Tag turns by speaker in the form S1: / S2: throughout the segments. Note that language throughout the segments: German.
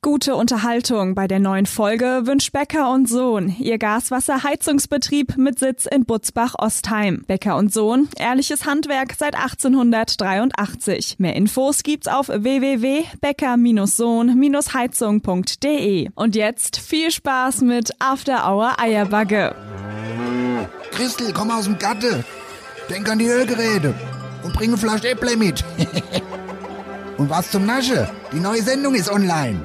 S1: Gute Unterhaltung bei der neuen Folge wünscht Becker und Sohn, ihr Gaswasserheizungsbetrieb mit Sitz in Butzbach-Ostheim. Becker und Sohn, ehrliches Handwerk seit 1883. Mehr Infos gibt's auf www.becker-sohn-heizung.de. Und jetzt viel Spaß mit After Hour Eierbagge.
S2: Christel, komm aus dem Gatte. Denk an die Ölgeräte. Und bringe Flasch Äpple mit. und was zum Nasche? Die neue Sendung ist online.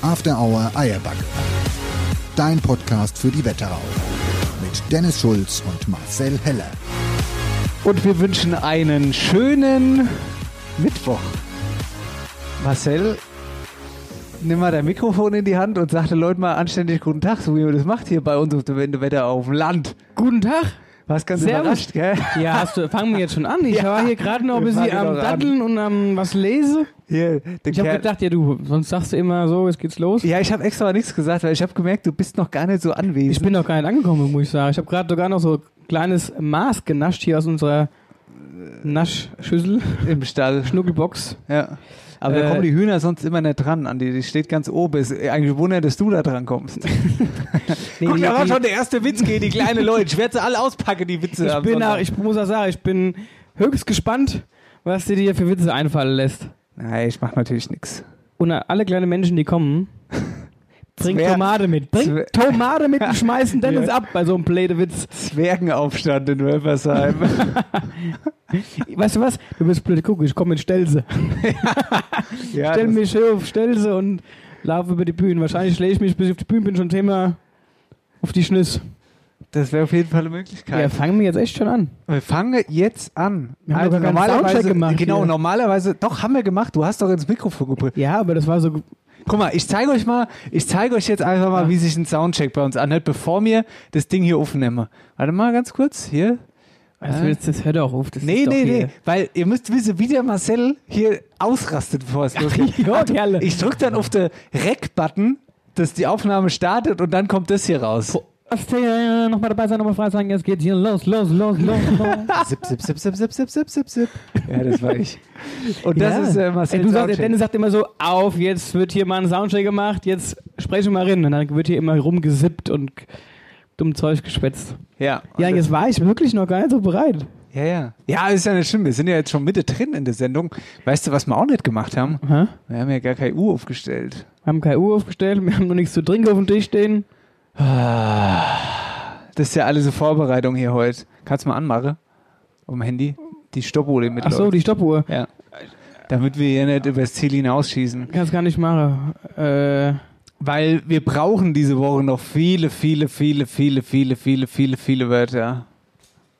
S2: After Hour Eierbacke. Dein Podcast für die Wetterau. Mit Dennis Schulz und Marcel Heller.
S3: Und wir wünschen einen schönen Mittwoch. Marcel, nimm mal dein Mikrofon in die Hand und sag den Leuten mal anständig guten Tag, so wie man das macht hier bei uns auf dem Wendewetter auf dem Land.
S4: Guten Tag.
S3: Was ganz
S4: Servus.
S3: überrascht, gell?
S4: Ja, hast du, fangen wir jetzt schon an. Ich
S3: Ja.
S4: war hier gerade noch ein
S3: Wir
S4: bisschen
S3: fangen
S4: am
S3: doch an.
S4: Datteln und am was lese.
S3: Hier, den
S4: Ich habe
S3: Kerl-
S4: gedacht, ja du, sonst sagst du immer so, jetzt geht's los.
S3: ja, ich habe extra nichts gesagt, weil ich habe gemerkt, du bist noch gar nicht so
S4: Ich
S3: anwesend.
S4: bin noch gar nicht angekommen, muss ich sagen. Ich habe gerade sogar noch so ein kleines Maß genascht hier aus unserer Naschschüssel,
S3: im Stall.
S4: Schnuckelbox.
S3: Ja. Aber da
S4: Äh,
S3: kommen die Hühner sonst immer nicht dran an die. Die steht ganz oben. Ist eigentlich Wunder, dass du da dran kommst.
S4: Nee,
S3: Guck,
S4: die-
S3: da war
S4: die-
S3: schon der erste Witz, gehen die kleinen Leute. Ich werde sie alle auspacken, die Witze.
S4: ich
S3: am
S4: bin auch,
S3: Sonntag.
S4: ich muss auch sagen, ich bin höchst gespannt, was dir dir für Witze einfallen lässt.
S3: Nein, ich mache natürlich nichts.
S4: Und an alle kleine Menschen, die kommen, bringt
S3: Zwer-
S4: Tomate mit. Bringt
S3: Zwer-
S4: Tomate mit und schmeißen Dennis
S3: Ja.
S4: ab bei so einem Plädewitz.
S3: Zwergenaufstand in Wölfersheim.
S4: Weißt du was? Du bist blöd, guck, ich komme in Stelze.
S3: ja,
S4: Stell
S3: das-
S4: mich hier auf Stelze und laufe über die Bühne. Wahrscheinlich schläge ich mich, bis ich auf die Bühne bin, schon Thema auf die Schnüss.
S3: Das wäre auf jeden Fall eine
S4: Ja,
S3: Möglichkeit.
S4: fangen wir jetzt echt schon an.
S3: Wir fangen jetzt an. Also
S4: Wir haben doch gar keinen Soundcheck gemacht
S3: genau,
S4: hier.
S3: normalerweise, doch haben wir gemacht. Du hast doch ins Mikrofon gebrüllt.
S4: Ja, aber das war so.
S3: Guck mal, ich zeige euch mal, ich zeige euch jetzt einfach mal,
S4: Ja.
S3: wie sich ein Soundcheck bei uns anhört, bevor mir das Ding hier aufnehme. Warte mal ganz kurz, hier.
S4: Was willst du, Also, das hört doch auf. Das
S3: Nee,
S4: ist doch
S3: nee,
S4: hier.
S3: nee, weil ihr müsst wissen, wie der Marcel hier ausrastet, bevor es losgeht.
S4: ja,
S3: Warte,
S4: Kerle.
S3: Ich drück dann auf den Rec-Button, dass die Aufnahme startet und dann kommt das hier raus.
S4: Lass dir, äh, Nochmal dabei sein, nochmal frei sein, jetzt geht's hier los, los, los, los. los.
S3: Oh, Zip, zip, zip, zip, zip, zip, zip, zip, zip. Ja, das war ich. Und das
S4: Ja.
S3: ist äh, Marcel
S4: Ey, du sagst, der
S3: Soundcheck.
S4: Dennis sagt immer so, auf, jetzt wird hier mal ein Soundcheck gemacht, jetzt spreche mal rein. Und dann wird hier immer rumgesippt und k- dumm Zeug geschwätzt.
S3: Ja,
S4: Ja,
S3: Und
S4: jetzt war ich wirklich noch gar nicht so bereit.
S3: das- ja, ja. Ja, ist ja nicht schlimm. Wir sind ja jetzt schon Mitte drin in der Sendung. Weißt du, was wir auch nicht gemacht haben?
S4: Hä?
S3: Wir haben ja gar keine Uhr aufgestellt.
S4: Wir haben keine Uhr aufgestellt, wir haben noch nichts zu trinken auf dem Tisch stehen.
S3: Das ist ja alles eine Vorbereitung hier heute. Kannst du mal anmachen? Auf dem Handy? Die Stoppuhr, die mitläuft.
S4: Achso, die Stoppuhr.
S3: Ja. Damit wir hier nicht übers Ziel hinausschießen.
S4: Kannst gar nicht machen. Äh,
S3: Weil wir brauchen diese Woche noch viele, viele, viele, viele, viele, viele, viele, viele Wörter.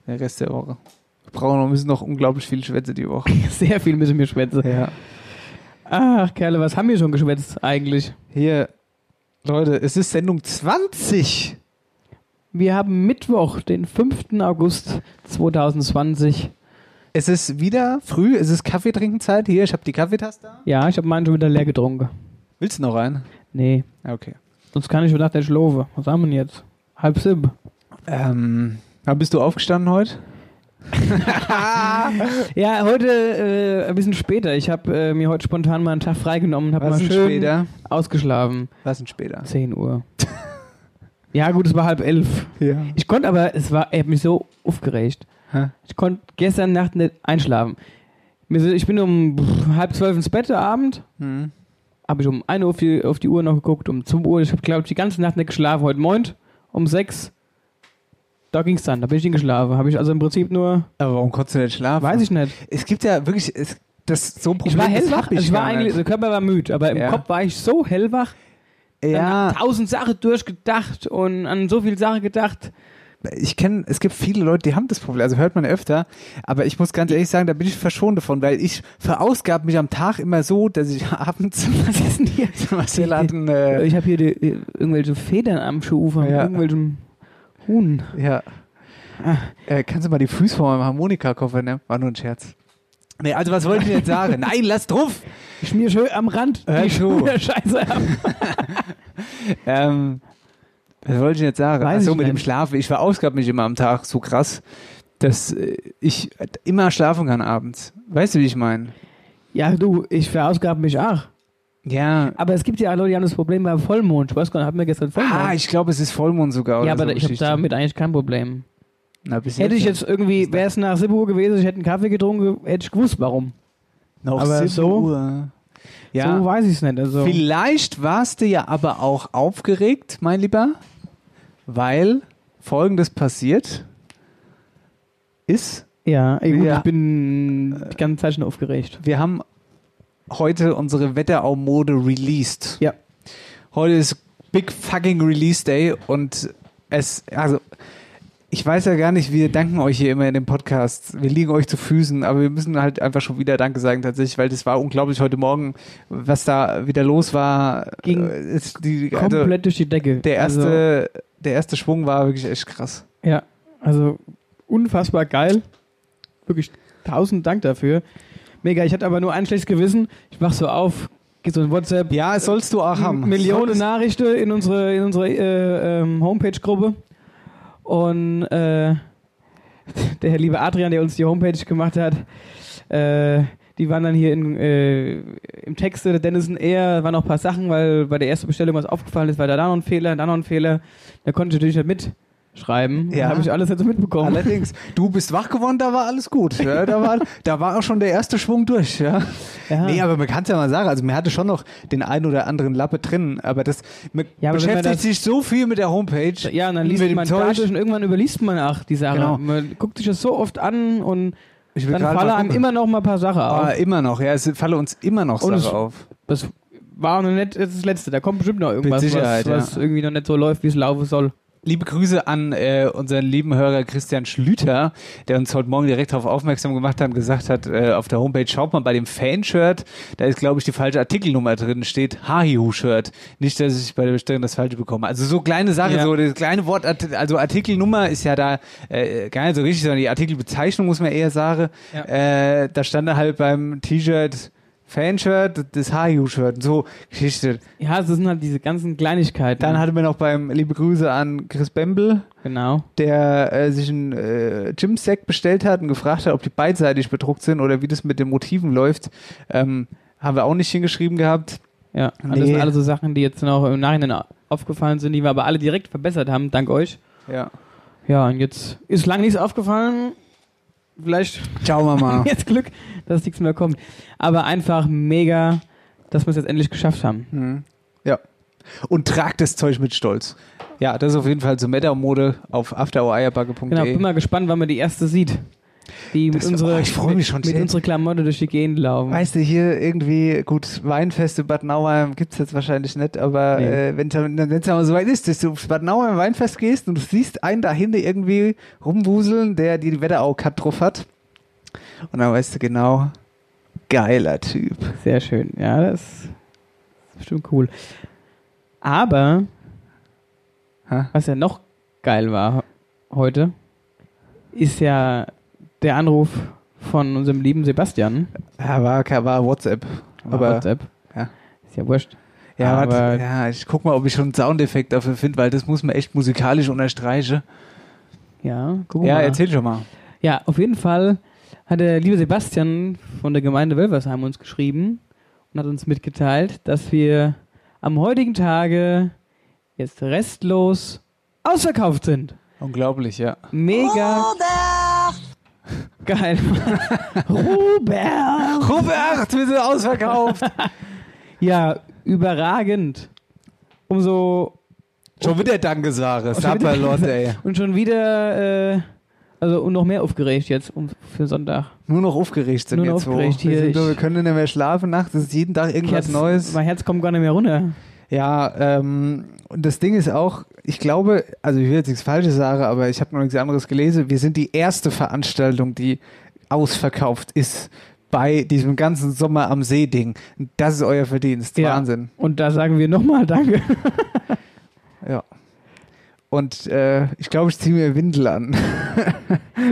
S3: Der Rest der Woche. Wir brauchen noch, müssen noch unglaublich viele Schwätze die Woche.
S4: sehr viel müssen wir schwätzen.
S3: Ja.
S4: Ach, Kerle, was haben wir schon geschwätzt eigentlich?
S3: Hier, Leute, es ist Sendung 20.
S4: Wir haben Mittwoch, den 5. August 2020.
S3: Es ist wieder früh, es ist Kaffeetrinkenzeit. Hier, ich habe die Kaffeetasse da.
S4: Ja, ich habe meinen schon wieder leer getrunken.
S3: Willst du noch einen?
S4: Nee.
S3: Ja, Okay.
S4: Sonst kann ich über Nacht nicht schlafen. Was haben wir denn jetzt? Halb sieben.
S3: Ähm, wann bist du aufgestanden heute?
S4: Ja, heute äh, ein bisschen später. Ich habe äh, mir heute spontan mal einen Tag freigenommen und habe mal
S3: Was denn
S4: schön
S3: später?
S4: ausgeschlafen.
S3: Was denn später?
S4: 10 Uhr. ja, gut, es war halb elf.
S3: Ja.
S4: Ich konnte aber, es war, ich habe mich so aufgeregt.
S3: Hä?
S4: Ich konnte gestern Nacht nicht einschlafen. Mir so- Ich bin um pff, halb zwölf ins Bett am Abend.
S3: Hm.
S4: Habe ich um 1 Uhr auf die, auf die Uhr noch geguckt, um 2 Uhr. Ich habe, glaube ich, die ganze Nacht nicht geschlafen. Heute Morgen um 6. Da ging es dann, da bin ich nicht geschlafen. Habe ich also im Prinzip nur,
S3: Aber warum konntest du nicht schlafen?
S4: weiß ich nicht.
S3: Es gibt ja wirklich es, das so ein
S4: Ich
S3: Problem.
S4: war
S3: das
S4: hellwach,
S3: hab
S4: ich, war
S3: gar
S4: eigentlich,
S3: nicht.
S4: der Körper war müde, aber im
S3: Ja.
S4: Kopf war ich so hellwach, dann
S3: ja,
S4: hab tausend Sachen durchgedacht und an so viel Sachen gedacht,
S3: ich kenne, es gibt viele Leute, die haben das Problem, also hört man öfter, aber ich muss ganz ehrlich sagen, da bin ich verschont davon, weil ich verausgab mich am Tag immer so, dass ich abends
S4: Was ist denn hier?
S3: Marcel hat einen, äh,
S4: Ich habe hier die, die, irgendwelche Federn am Schuhufer,
S3: Ja.
S4: ja. irgendwelchem Huhn.
S3: ja.
S4: Ah.
S3: Äh, kannst du mal die Füße von meinem Harmonikakoffer nehmen? War nur ein Scherz. Nee, also was wollte ich denn jetzt sagen? Nein, lass drauf!
S4: Ich schmier schön am Rand
S3: Hör
S4: die
S3: zu.
S4: Schuhe der Scheiße ab.
S3: Ähm, was wollte ich denn jetzt sagen?
S4: Weiß
S3: Ach so,
S4: ich
S3: mit dem
S4: nicht.
S3: Schlaf. Ich verausgab mich immer am Tag so krass, dass äh, ich immer schlafen kann abends. Weißt du, wie ich meine?
S4: Ja, du, ich verausgabe mich auch.
S3: Ja.
S4: Aber es gibt ja auch Leute, die haben das Problem bei Vollmond. Ich weiß gar nicht, hatten wir gestern Vollmond?
S3: Ah, ich glaube, es ist Vollmond sogar.
S4: ja,
S3: oder
S4: aber
S3: so
S4: ich habe
S3: Geschichte.
S4: damit eigentlich kein Problem.
S3: Na, bis
S4: Hätte ich jetzt irgendwie, wäre es nach 7 Uhr gewesen, ich hätte einen Kaffee getrunken, hätte ich gewusst, warum.
S3: noch
S4: aber
S3: 7
S4: so-
S3: Uhr. Ja.
S4: So weiß ich es nicht. Also,
S3: Vielleicht warst du ja aber auch aufgeregt, mein Lieber, weil folgendes passiert ist,
S4: ja, ey, gut,
S3: Ja.
S4: ich bin die ganze Zeit schon aufgeregt.
S3: wir haben heute unsere Wetterau-Mode released.
S4: Ja.
S3: Heute ist Big Fucking Release Day und es, also, ich weiß ja gar nicht, wir danken euch hier immer in dem Podcast. Wir liegen euch zu Füßen, aber wir müssen halt einfach schon wieder Danke sagen tatsächlich, weil das war unglaublich heute Morgen, was da wieder los war.
S4: Ging
S3: Äh, es- die, also,
S4: Komplett Also durch die Decke.
S3: der erste, der erste Schwung war wirklich echt krass.
S4: Also, ja, also unfassbar geil. Wirklich tausend Dank dafür. Mega, ich hatte aber nur ein schlechtes Gewissen. Ich mach so auf, geht so ein WhatsApp.
S3: Ja, es sollst du auch haben.
S4: Millionen Nachrichten in unsere, in unsere äh, ähm, Homepage-Gruppe. Und äh, der Herr liebe Adrian, der uns die Homepage gemacht hat, äh, die waren dann hier in, äh, im Texte der Dennison eher, waren noch ein paar Sachen, weil bei der ersten Bestellung was aufgefallen ist, war da noch ein Fehler, da noch ein Fehler. Da konnte ich natürlich nicht mitschreiben.
S3: Ja.
S4: Ja. habe ich alles jetzt mitbekommen.
S3: Allerdings, du bist wach geworden, da war alles gut. Ja, da, war, da war auch schon der erste Schwung durch. Ja.
S4: Ja.
S3: Nee, aber man kann es ja mal sagen. Also, mir hatte schon noch den einen oder anderen Lappe drin, aber das man
S4: Ja, aber wenn man
S3: beschäftigt
S4: das-
S3: sich so viel mit der Homepage.
S4: ja, und dann liest
S3: mit dem
S4: man
S3: Zeug.
S4: Zeug. und irgendwann überliest man auch die Sache.
S3: Genau.
S4: Man guckt sich das so oft an und
S3: Ich will
S4: dann
S3: gerade
S4: fallen
S3: mal
S4: einem
S3: gucken.
S4: immer noch mal ein paar Sachen auf.
S3: um. Ah, immer noch, ja, es falle uns immer noch
S4: Und es-
S3: Sachen auf.
S4: Das war noch nicht jetzt das letzte. Da kommt bestimmt noch irgendwas,
S3: Mit Sicherheit,
S4: was, was irgendwie noch nicht so läuft, wie es laufen soll.
S3: Liebe Grüße an äh, unseren lieben Hörer Christian Schlüter, der uns heute Morgen direkt darauf aufmerksam gemacht hat und gesagt hat, äh, auf der Homepage schaut mal bei dem Fanshirt, da ist glaube ich die falsche Artikelnummer drin, steht Hahihu-Shirt. Nicht, dass ich bei der Bestellung das falsche bekomme. Also so kleine Sache,
S4: Ja.
S3: so das kleine Wort, also Artikelnummer ist ja da äh, gar nicht so richtig, sondern die Artikelbezeichnung muss man eher sagen. Äh, da stand da halt beim T-Shirt Fanshirt, das Hahihu-Shirt und so Geschichte.
S4: Ja, das sind halt diese ganzen Kleinigkeiten.
S3: Dann hatten wir noch beim Liebe Grüße an Chris Bembel
S4: genau.
S3: der äh, sich einen äh, Gym-Sack bestellt hat und gefragt hat, ob die beidseitig bedruckt sind oder wie das mit den Motiven läuft, ähm, haben wir auch nicht hingeschrieben gehabt.
S4: Ja, Und
S3: Nee.
S4: das sind alle so Sachen, die jetzt noch im Nachhinein au- aufgefallen sind, die wir aber alle direkt verbessert haben, dank euch.
S3: Ja.
S4: Ja, und jetzt ist lang nichts aufgefallen. Vielleicht
S3: Schauen wir mal.
S4: jetzt Glück, dass nichts mehr kommt. Aber einfach mega, dass wir es jetzt endlich geschafft haben.
S3: Mhm. und tragt das Zeug mit Stolz. Ja, das ist auf jeden Fall zur Meta-Mode auf afterhoureierbacke.de.
S4: Genau, bin mal gespannt, wann man die erste sieht. Die mit
S3: Das-
S4: unserer
S3: oh, ich freu mich schon
S4: mit,
S3: sehr.
S4: mit unserer Klamotte durch die Gegend laufen.
S3: Weißt du, hier irgendwie, gut, Weinfest in Bad Nauheim gibt es jetzt wahrscheinlich nicht, aber
S4: Nee.
S3: äh, wenn es mal so weit ist, dass du auf Bad Nauheim Weinfest gehst und du siehst einen dahinter irgendwie rumwuseln, der die Wetterau-Cut drauf hat. Und dann weißt du genau, geiler Typ.
S4: Sehr schön. Ja, das ist bestimmt cool. Aber,
S3: Hä?
S4: was ja noch geil war heute, ist ja der Anruf von unserem lieben Sebastian
S3: Ja, war, war WhatsApp.
S4: über
S3: Aber-
S4: WhatsApp.
S3: ja.
S4: Ist ja wurscht.
S3: Ja,
S4: Aber-
S3: warte, ja, ich guck mal, ob ich schon einen Soundeffekt dafür finde, weil das muss man echt musikalisch unterstreichen.
S4: Ja, guck
S3: Ja,
S4: mal.
S3: erzähl schon mal.
S4: Ja, auf jeden Fall hat der liebe Sebastian von der Gemeinde Wölversheim uns geschrieben und hat uns mitgeteilt, dass wir am heutigen Tage jetzt restlos ausverkauft sind.
S3: Unglaublich, ja. Oh.
S4: Mega. Geil. Robert!
S3: Robert, wir sind ausverkauft.
S4: Ja, überragend. Umso.
S3: schon wieder Danke, Sarah.
S4: schon wieder-
S3: Super, Leute, ey.
S4: Und schon wieder. Äh, also, und noch mehr aufgeregt jetzt um, für Sonntag.
S3: Nur noch aufgeregt sind
S4: Nur
S3: wir
S4: noch
S3: zwei.
S4: aufgeregt
S3: wir,
S4: hier.
S3: sind, so, wir
S4: Ich-
S3: können nicht mehr schlafen nachts, es ist jeden Tag irgendwas
S4: Herz-
S3: Neues.
S4: Mein Herz kommt gar nicht mehr runter.
S3: Ja, ähm, und das Ding ist auch, ich glaube, also ich will jetzt nichts Falsches sagen, aber ich habe noch nichts anderes gelesen. Wir sind die erste Veranstaltung, die ausverkauft ist bei diesem ganzen Sommer am See-Ding. Das ist euer Verdienst.
S4: Ja.
S3: Wahnsinn.
S4: Und da sagen wir nochmal Danke.
S3: Ja. Und äh, ich glaube, ich ziehe mir Windel an.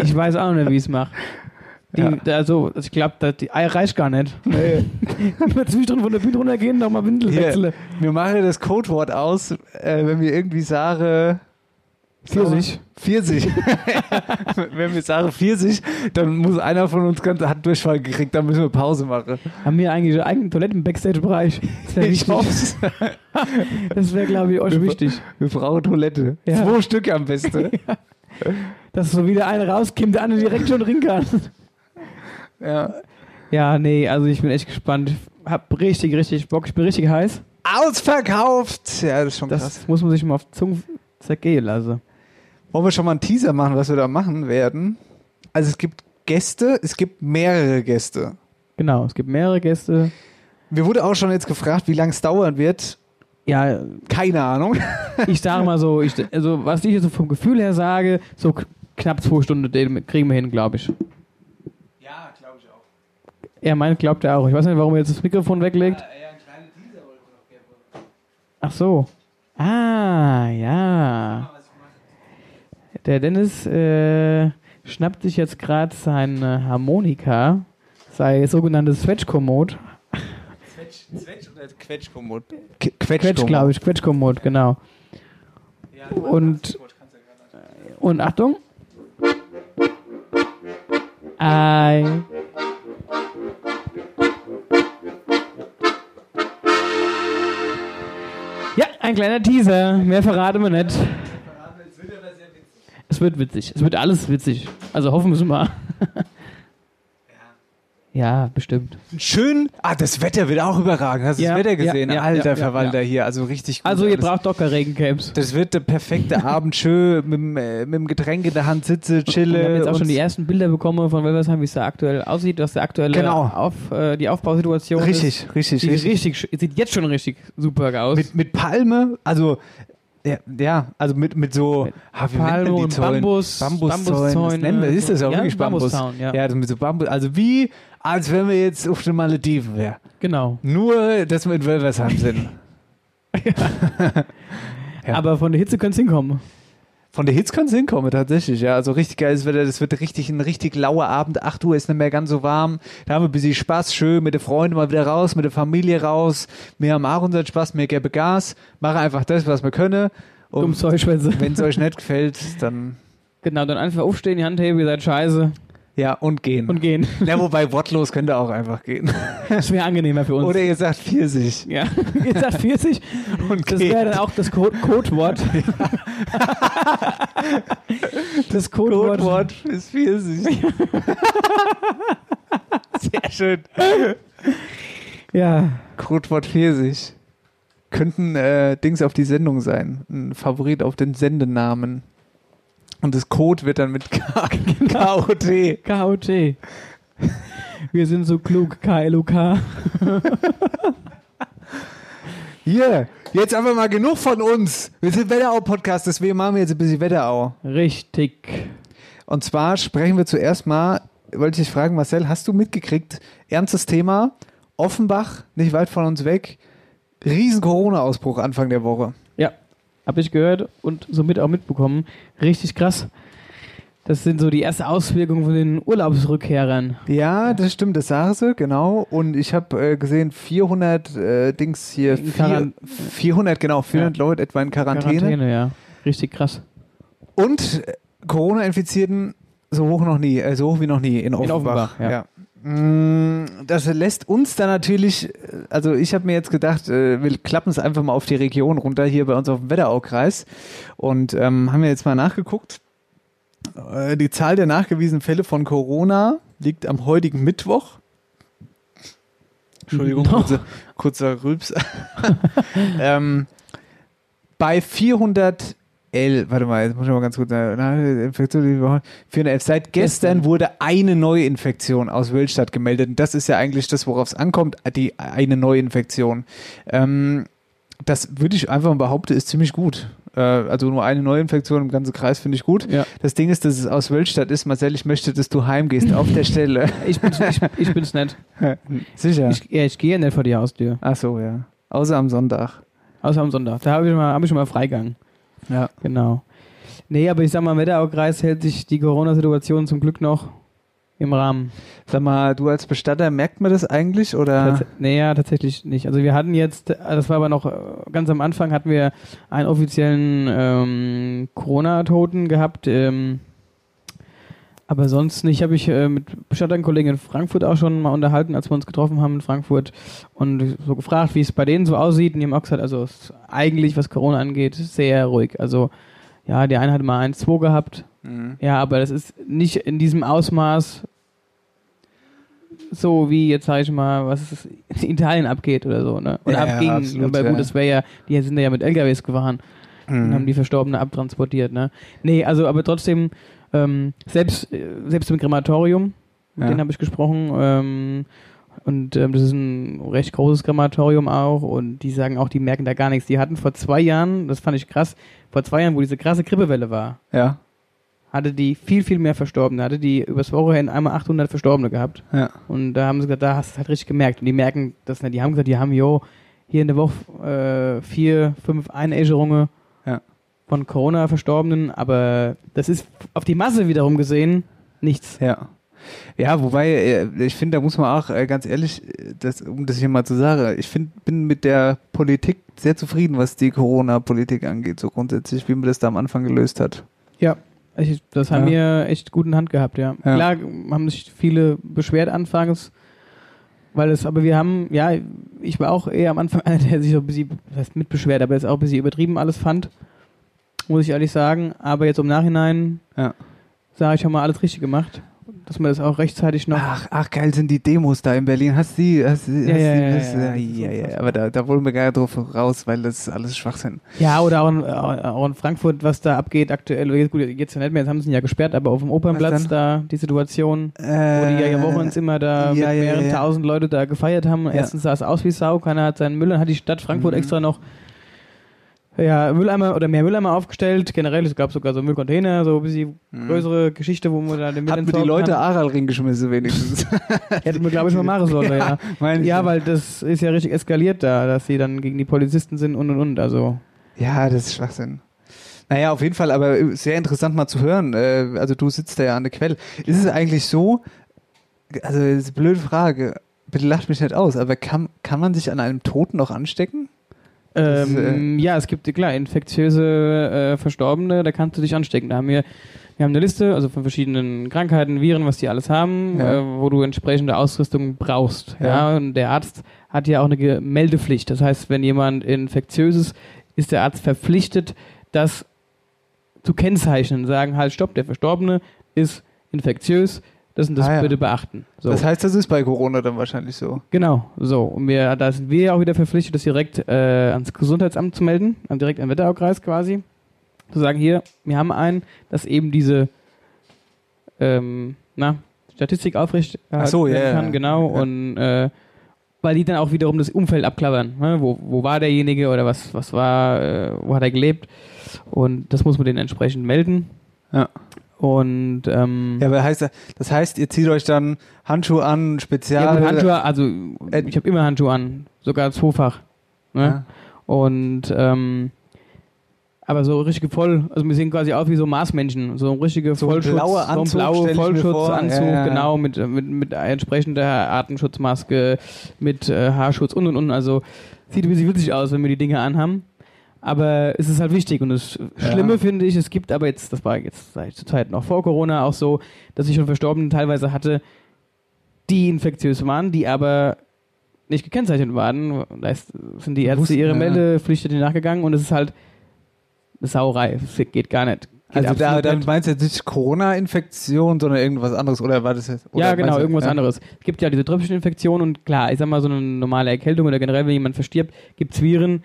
S4: Ich weiß auch nicht, wie ich es mache. Die,
S3: Ja.
S4: Also, ich glaube, die Ei reicht gar nicht. Immer zwischendrin von der Bühne runtergehen, nochmal Windel
S3: Hier,
S4: wechseln.
S3: Wir machen das Codewort aus, äh, wenn wir irgendwie sagen.
S4: Pfirsich.
S3: 40. wenn wir sagen 40, dann muss einer von uns ganz hat Durchfall gekriegt, dann müssen wir Pause machen.
S4: Haben wir eigentlich einen eigenen Toiletten-Backstage-Bereich? Das wäre
S3: Ich
S4: wichtig.
S3: hoff's.
S4: Das wäre, glaube ich, euch wichtig.
S3: Wir brauchen Toilette.
S4: Ja.
S3: Zwei Stück am besten.
S4: Dass so wieder einer rauskommt, der andere direkt schon ringen kann.
S3: ja.
S4: Ja, nee, also ich bin echt gespannt. Hab richtig, richtig Bock. Ich bin richtig heiß.
S3: Ausverkauft! Ja, das ist schon
S4: Das
S3: krass.
S4: muss man sich mal auf die Zunge zergehen lassen.
S3: Wollen wir schon mal einen Teaser machen, was wir da machen werden? Also es gibt Gäste, es gibt mehrere Gäste.
S4: Genau, es gibt mehrere Gäste.
S3: Mir wurde auch schon jetzt gefragt, wie lange es dauern wird.
S4: Ja,
S3: Keine Ahnung.
S4: ich sage mal so, ich, also was ich jetzt so vom Gefühl her sage, so k- knapp zwei Stunden den kriegen wir hin, glaube ich.
S3: Ja, glaube ich auch.
S4: Er meint, glaubt er auch. Ich weiß nicht, warum er jetzt das Mikrofon weglegt. Ach so. Ah, ja. Der Dennis äh, schnappt sich jetzt gerade seine Harmonika, sein sogenanntes Fetchkommod.
S3: Quetsch oder Quetschkommod? Quetsch,
S4: Quetsch, glaube ich, Quetschkommod, genau. Und, und Achtung. Ein. Ja, ein kleiner Teaser. Mehr verraten wir nicht. Es wird witzig. Es wird alles witzig. Also hoffen wir es mal. Ja, bestimmt.
S3: Schön. Ah, das Wetter wird auch überragend. Hast du
S4: Ja,
S3: das Wetter
S4: ja,
S3: gesehen?
S4: ja,
S3: Alter
S4: ja, ja,
S3: Verwalter
S4: ja.
S3: hier. Also richtig gut.
S4: Also ihr
S3: alles.
S4: braucht doch keine Regencamps.
S3: Das wird der perfekte Abend. Schön mit, dem, äh, mit dem Getränk in der Hand sitze, chille.
S4: Wir haben jetzt auch schon
S3: und-
S4: die ersten Bilder bekommen von Wilversheim, wie es da aktuell aussieht, was der aktuelle
S3: Genau.
S4: auf, äh, die Aufbausituation ist.
S3: Richtig, richtig,
S4: Sieht
S3: richtig.
S4: richtig. sch- Sieht jetzt schon richtig super aus.
S3: Mit, mit Palme, also ja, ja, also mit, mit so ah, wie nennt man
S4: Palme
S3: die
S4: und
S3: Zäune?
S4: Bambus-
S3: Bambuszäune.
S4: Bambuszäune,
S3: Das nennen wir, ist das auch
S4: ja,
S3: wirklich Bambus?
S4: Bambuszaun, ja.
S3: das mit so Bambus, also wie als wenn wir jetzt auf den Malediven wären.
S4: Genau.
S3: Nur, dass wir in Wölversheim sind. Ja.
S4: Aber von der Hitze könnte es hinkommen.
S3: Von der Hitze kann es hinkommen, tatsächlich. Ja, also richtig geiles Wetter. Das wird richtig ein richtig lauer Abend. 8 Uhr ist nicht mehr ganz so warm. Da haben wir ein bisschen Spaß. Schön mit den Freunden mal wieder raus, mit der Familie raus. Wir haben auch unseren Spaß. Wir geben Gas. Machen einfach das, was wir können. Und
S4: Um Zeugschwänze.
S3: wenn es euch nicht gefällt, dann
S4: Genau, dann einfach aufstehen, die Hand heben, ihr seid scheiße
S3: ja und gehen.
S4: und gehen.
S3: Na, wobei wortlos könnt ihr auch einfach gehen.
S4: Das wäre angenehmer für uns.
S3: Oder ihr sagt 40
S4: ja. Ihr sagt 40
S3: und
S4: Das
S3: geht.
S4: wäre dann auch das Co Codewort. das Codewort.
S3: Codewort ist 40. Sehr schön.
S4: Ja.
S3: Codewort Pfirsich. Könnten äh, Dings auf die Sendung sein. Ein Favorit auf den Sendenamen. Und das Code wird dann mit K- KOT.
S4: KOT. Wir sind so klug, KLOK.
S3: Hier, jetzt einfach mal genug von uns. Wir sind Wetterau-Podcast, deswegen machen wir jetzt ein bisschen Wetterau.
S4: Richtig.
S3: Und zwar sprechen wir zuerst mal, wollte ich dich fragen, Marcel, hast du mitgekriegt, ernstes Thema, Offenbach, nicht weit von uns weg, riesen Corona-Ausbruch Anfang der Woche.
S4: Ja, habe ich gehört und somit auch mitbekommen. Richtig krass. Das sind so die erste Auswirkungen von den Urlaubsrückkehrern.
S3: Ja, das stimmt, das sah sie, genau. Und ich habe äh, gesehen, 400 äh, Dings hier,
S4: In
S3: vier,
S4: Quaran-
S3: 400, genau, 400 Leute etwa in Quarantäne.
S4: ja. Richtig krass.
S3: Und äh, Corona-Infizierten so hoch noch nie, äh, so hoch wie noch nie in Offenbach.
S4: Offenbach, ja.
S3: Mm, Das lässt uns dann natürlich, äh, also ich habe mir jetzt gedacht, äh, wir klappen es einfach mal auf die Region runter hier bei uns auf dem Wetteraukreis und ähm, haben wir jetzt mal nachgeguckt. Äh, Die Zahl der nachgewiesenen Fälle von Corona liegt am heutigen Mittwoch. Entschuldigung,
S4: Noch?
S3: kurzer, kurzer Rülps. ähm, bei 400 L, warte mal, jetzt muss ich mal ganz kurz. na- na, Infektion, die wir haben. 411. Seit gestern,
S4: Gestern.
S3: wurde eine Neuinfektion aus Wölstadt gemeldet. Und das ist ja eigentlich das, worauf es ankommt, die eine Neuinfektion. Ähm, das würde ich einfach mal behaupten, ist ziemlich gut. Äh, also nur eine Neuinfektion im ganzen Kreis finde ich gut.
S4: Ja.
S3: Das Ding ist, dass es aus Wölstadt ist. Marcel, ich möchte, dass du heimgehst auf der Stelle.
S4: Ich bin's, ich, ich bin's nicht.
S3: Sicher.
S4: Ich, ja, ich gehe nicht vor die Haustür.
S3: Ach so, ja. Außer am Sonntag.
S4: Außer am Sonntag. Da habe ich, mal- hab ich schon mal Freigang.
S3: Ja.
S4: Genau. Nee, aber ich sag mal, im Wetteraukreis hält sich die Corona-Situation zum Glück noch im Rahmen.
S3: Sag mal, du als Bestatter, merkt man das eigentlich? Oder?
S4: Tats naja, tatsächlich nicht. Also wir hatten jetzt, äh, das war aber noch äh, ganz am Anfang, hatten wir einen offiziellen ähm, Corona-Toten gehabt. Ähm, aber sonst nicht. Habe ich äh, mit Stadtkollegen in Frankfurt auch schon mal unterhalten, als wir uns getroffen haben in Frankfurt und so gefragt, wie es bei denen so aussieht. Und die haben auch gesagt, also es ist eigentlich, was Corona angeht, sehr ruhig. Also ja, der eine hat mal 1-2 gehabt.
S3: Mhm.
S4: Ja, aber das ist nicht in diesem Ausmaß so wie jetzt sage ich mal, was es in Italien abgeht oder so, ne? Oder
S3: Ja, ja,
S4: abging.
S3: absolut,
S4: aber gut,
S3: ja. Mhm.
S4: das wäre ja, die sind ja mit LKWs gefahren und haben die Verstorbene abtransportiert, ne? Nee, also aber trotzdem ähm, selbst äh, selbst im Krematorium, mit
S3: Ja.
S4: denen habe ich gesprochen ähm, und ähm, das ist ein recht großes Krematorium auch und die sagen auch, die merken da gar nichts. Die hatten vor zwei Jahren, das fand ich krass, vor zwei Jahren, wo diese krasse Grippewelle war,
S3: Ja.
S4: hatte die viel, viel mehr Verstorbene, hatte die übers Wochenende einmal 800 Verstorbene gehabt.
S3: Ja.
S4: Und da haben sie gesagt, da hast du es halt richtig gemerkt. Und die merken das nicht. Die haben gesagt, die haben, jo, hier in der Woche äh, vier, fünf Einäscherungen
S3: Ja.
S4: von Corona-Verstorbenen, aber das ist auf die Masse wiederum gesehen nichts.
S3: Ja. Ja, wobei, äh, ich finde, da muss man auch äh, ganz ehrlich, äh, das, um das hier mal zu sagen, ich find, bin mit der Politik sehr zufrieden, was die Corona-Politik angeht, so grundsätzlich, wie man das da am Anfang gelöst hat.
S4: Ja. Ich, das haben wir echt gut in Hand gehabt, ja.
S3: Ja.
S4: Klar haben sich viele beschwert anfangs, weil es, aber wir haben, ja, ich war auch eher am Anfang einer, der sich so ein bisschen, das heißt mitbeschwert, aber es auch ein bisschen übertrieben alles fand, muss ich ehrlich sagen. Aber jetzt im Nachhinein
S3: Ja.
S4: sage ich, haben wir alles richtig gemacht, dass wir das auch rechtzeitig noch.
S3: Ach, ach, geil sind die Demos da in Berlin. Hast du die? Hast, du- hast
S4: Genau. Ja, ja,
S3: du-
S4: ja,
S3: hast, du-
S4: ja, ja,
S3: ja,
S4: das ist
S3: ja,
S4: unfassbar.
S3: Aber da, da wollen wir gar nicht drauf raus, weil das ist alles Schwachsinn.
S4: Ja, oder auch in, auch in Frankfurt, was da abgeht aktuell. Jetzt, gut, jetzt ja nicht mehr, jetzt haben sie ihn ja gesperrt, aber auf dem Opernplatz
S3: denn?
S4: da die Situation.
S3: Äh,
S4: Wo die ja ja Wochenends immer da
S3: ja,
S4: mit
S3: ja,
S4: mehreren
S3: ja.
S4: tausend Leute da gefeiert haben. Erstens sah es aus wie Sau, keiner hat seinen Müll, dann hat die Stadt
S3: Mhm.
S4: Frankfurt extra noch ja, Mülleimer oder mehr Mülleimer aufgestellt. Generell, es gab sogar so Müllcontainer, so ein bisschen
S3: Hm.
S4: größere Geschichte, wo man da den Müll
S3: Hat mir Mhm. die
S4: entsorgen
S3: Leute
S4: kann.
S3: Aral reingeschmissen wenigstens.
S4: Hätten wir, glaube ich, mal machen sollen, ja. Ja.
S3: Meine ich.
S4: weil das ist ja richtig eskaliert da, dass sie dann gegen die Polizisten sind und und und. Also,
S3: Ja, das ist Schwachsinn. Naja, auf jeden Fall, aber äh, sehr interessant mal zu hören. Äh, Also du sitzt da ja an der Quelle. Ist es eigentlich so, also das ist eine blöde Frage, bitte lacht mich nicht aus, aber kann, kann man sich an einem Toten noch anstecken? Das äh, ist,
S4: ähm, ja, es gibt, klar, infektiöse äh, Verstorbene, da kannst du dich anstecken. Da haben wir, wir haben eine Liste, also von verschiedenen Krankheiten, Viren, was die alles haben,
S3: Ja.
S4: äh, wo du entsprechende Ausrüstung brauchst. Ja.
S3: Ja.
S4: und der Arzt hat ja auch eine Ge- Meldepflicht. Das heißt, wenn jemand infektiös ist, ist der Arzt verpflichtet, das zu kennzeichnen, sagen halt, stopp, der Verstorbene ist infektiös, das und das
S3: Ah, ja.
S4: bitte beachten. So.
S3: Das heißt, das ist bei Corona dann wahrscheinlich so.
S4: Genau, so. Und wir, da sind wir ja auch wieder verpflichtet, das direkt äh, ans Gesundheitsamt zu melden, an- direkt am Wetteraukreis quasi. Zu sagen, hier, wir haben einen, dass eben diese ähm, na, Statistik aufrecht äh,
S3: Ach so, ja, ja, ja.
S4: kann, genau.
S3: Ja.
S4: Und äh, weil die dann auch wiederum das Umfeld abklappern. Ne? Wo, wo war derjenige oder was, was war, äh, wo hat er gelebt? Und das muss man denen entsprechend melden.
S3: Ja.
S4: Und ähm,
S3: Ja, aber heißt, das heißt, ihr zieht euch dann Handschuhe an, Spezial.
S4: Ja, gut, Handschuhe, also
S3: Äh,
S4: ich habe immer Handschuhe an, sogar zweifach. Ne? Und ähm, aber so richtige Voll, also wir sehen quasi aus wie so Marsmenschen, so ein richtige
S3: So ein
S4: Vollschutz,
S3: blauer Anzug
S4: so ein blauer
S3: stell ich mir vor.
S4: Vollschutzanzug,
S3: Ja, ja, ja.
S4: genau mit, mit mit entsprechender Atemschutzmaske, mit äh, Haarschutz und und und. Also sieht ein bisschen witzig aus, wenn wir die Dinge anhaben. Aber es ist halt wichtig und das Schlimme finde ich, es gibt aber jetzt, das war jetzt seit zur Zeit noch vor Corona auch so, dass ich schon Verstorbenen teilweise hatte, die infektiös waren, die aber nicht gekennzeichnet waren. Da ist, sind die Ärzte
S3: Wussten,
S4: ihre
S3: ja.
S4: Meldepflicht nicht nachgegangen und es ist halt eine Sauerei. Es geht gar nicht. Geht
S3: Also da,
S4: absolut
S3: dann
S4: nicht.
S3: meinst du jetzt nicht Corona-Infektion, sondern irgendwas anderes, oder war das jetzt? Oder
S4: ja, genau,
S3: meinst du-
S4: irgendwas
S3: ja.
S4: anderes. Es gibt ja diese tropischen Infektionen und klar, ich sag mal, so eine normale Erkältung oder generell, wenn jemand verstirbt, gibt es Viren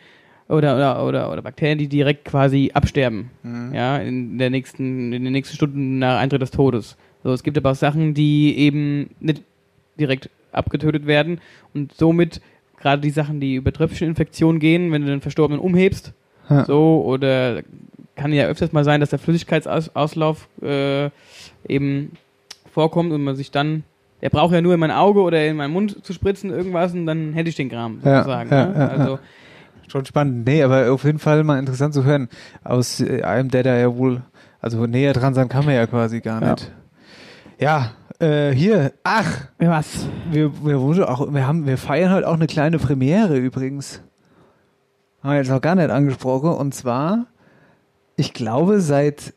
S4: oder, oder, oder, oder Bakterien, die direkt quasi absterben.
S3: Mhm.
S4: Ja, in, der nächsten, in den nächsten Stunden nach Eintritt des Todes. So, es gibt aber auch Sachen, die eben nicht direkt abgetötet werden und somit gerade die Sachen, die über tröpfische Infektionen gehen, wenn du den Verstorbenen umhebst,
S3: Ja.
S4: so, oder kann ja öfters mal sein, dass der Flüssigkeitsauslauf äh, eben vorkommt und man sich dann, der braucht ja nur in mein Auge oder in meinen Mund zu spritzen irgendwas und dann hätte ich den Gram,
S3: Ja,
S4: sozusagen.
S3: ja,
S4: ne?
S3: ja, ja.
S4: also,
S3: Schon spannend. Nee, aber auf jeden Fall mal interessant zu hören. Aus äh, einem, der da ja wohl, also näher dran sein kann man ja quasi gar
S4: Ja.
S3: nicht. Ja, äh, hier, ach,
S4: was?
S3: wir, wir, wurde auch, wir, haben, wir feiern heute auch eine kleine Premiere übrigens. Haben wir jetzt noch gar nicht angesprochen. Und zwar, ich glaube, seit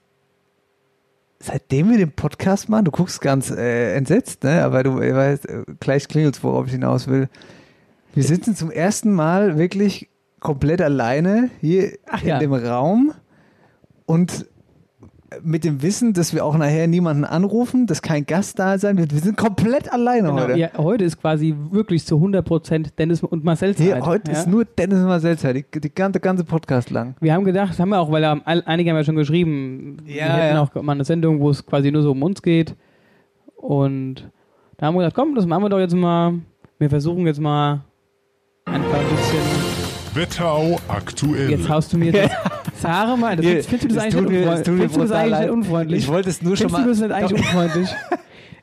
S3: seitdem wir den Podcast machen, du guckst ganz äh, entsetzt, ne? aber du äh, weißt, äh, gleich klingelt's, worauf ich hinaus will. Wir sitzen zum ersten Mal wirklich komplett alleine hier
S4: Ach
S3: in
S4: ja.
S3: dem Raum und mit dem Wissen, dass wir auch nachher niemanden anrufen, dass kein Gast da sein wird. Wir sind komplett alleine
S4: Genau,
S3: heute.
S4: heute. Ja, heute ist quasi wirklich zu 100% Dennis und Marcel Zeit.
S3: Hey, heute
S4: ja?
S3: ist nur Dennis Marcel Zeit, die, die ganze, ganze Podcast lang.
S4: Wir haben gedacht, das haben wir auch, weil ähm, all- einige haben ja schon geschrieben, wir
S3: Ja,
S4: hätten
S3: ja.
S4: auch mal eine Sendung, wo es quasi nur so um uns geht. Und da haben wir gedacht, komm, das machen wir doch jetzt mal. Wir versuchen jetzt mal einfach ein bisschen.
S5: Wetterau aktuell.
S4: Jetzt haust du mir das Zahre mal. Das, findest- findest du das
S3: Es
S4: eigentlich
S3: tut mir-
S4: nicht
S3: es tut
S4: unfreundlich?
S3: mir
S4: Findest du das
S3: brutal
S4: eigentlich
S3: leid.
S4: nicht unfreundlich?
S3: Ich wollte es nur schon
S4: Findest
S3: mal.
S4: du das nicht eigentlich unfreundlich?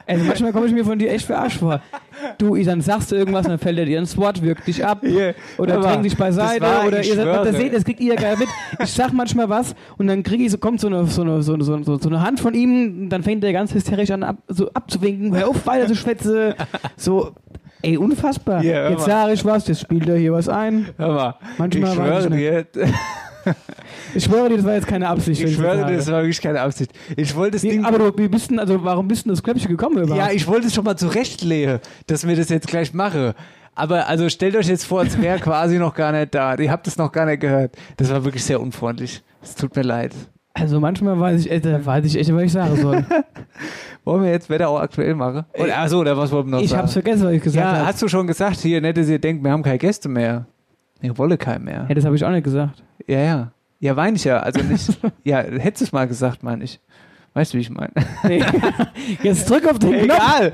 S4: Also manchmal komme ich mir von dir echt verarscht vor. Du, dann sagst du irgendwas, dann fällt er dir ins Wort, wirkt dich ab.
S3: Yeah.
S4: Oder
S3: Aber
S4: drängt dich beiseite.
S3: das war-
S4: oder
S3: ich
S4: ihr seid,
S3: schwöre.
S4: das, seht, das kriegt ihr ja gar nicht mit. Ich sag manchmal was und dann krieg ich so, kommt so eine, so, eine, so, eine, so, eine, so eine Hand von ihm, und dann fängt er ganz hysterisch an ab, so abzuwinken. Hör auf, weiter zu schwätze. So, ey, unfassbar.
S3: Ja, hör
S4: jetzt
S3: mal.
S4: sage ich was, jetzt spielt er hier was ein.
S3: Hör mal,
S4: Manchmal
S3: ich
S4: weiß
S3: schwöre
S4: ich
S3: dir,
S4: Ich schwöre dir, das war jetzt keine Absicht. wenn
S3: ich schwöre
S4: das
S3: dir, das
S4: sage.
S3: war wirklich keine Absicht. Ich wollte das
S4: Wie,
S3: Ding,
S4: aber du, wie bist denn, also warum bist denn das Klöppchen gekommen überhaupt?
S3: ja, ich wollte es schon mal zurechtlegen, dass mir das jetzt gleich mache. Aber also stellt euch jetzt vor, es wäre quasi noch gar nicht da. Ihr habt es noch gar nicht gehört. Das war wirklich sehr unfreundlich. Es tut mir leid.
S4: Also manchmal weiß ich, echt- da weiß ich echt, was ich sagen soll.
S3: Wollen wir jetzt Wetterau aktuell machen? Und, achso, oder was wollten wir noch
S4: ich
S3: sagen?
S4: hab's vergessen, was ich gesagt
S3: ja,
S4: habe.
S3: hast du schon gesagt, hier, nicht, dass ihr denkt, wir haben keine Gäste mehr. Ich wolle keinen mehr.
S4: Ja, das habe ich auch nicht gesagt.
S3: Ja, ja. Ja, meine ich ja. Also nicht. ja, hättest du es mal gesagt, meine ich. Weißt du, wie ich meine?
S4: Nee. Jetzt drück auf den Knopf.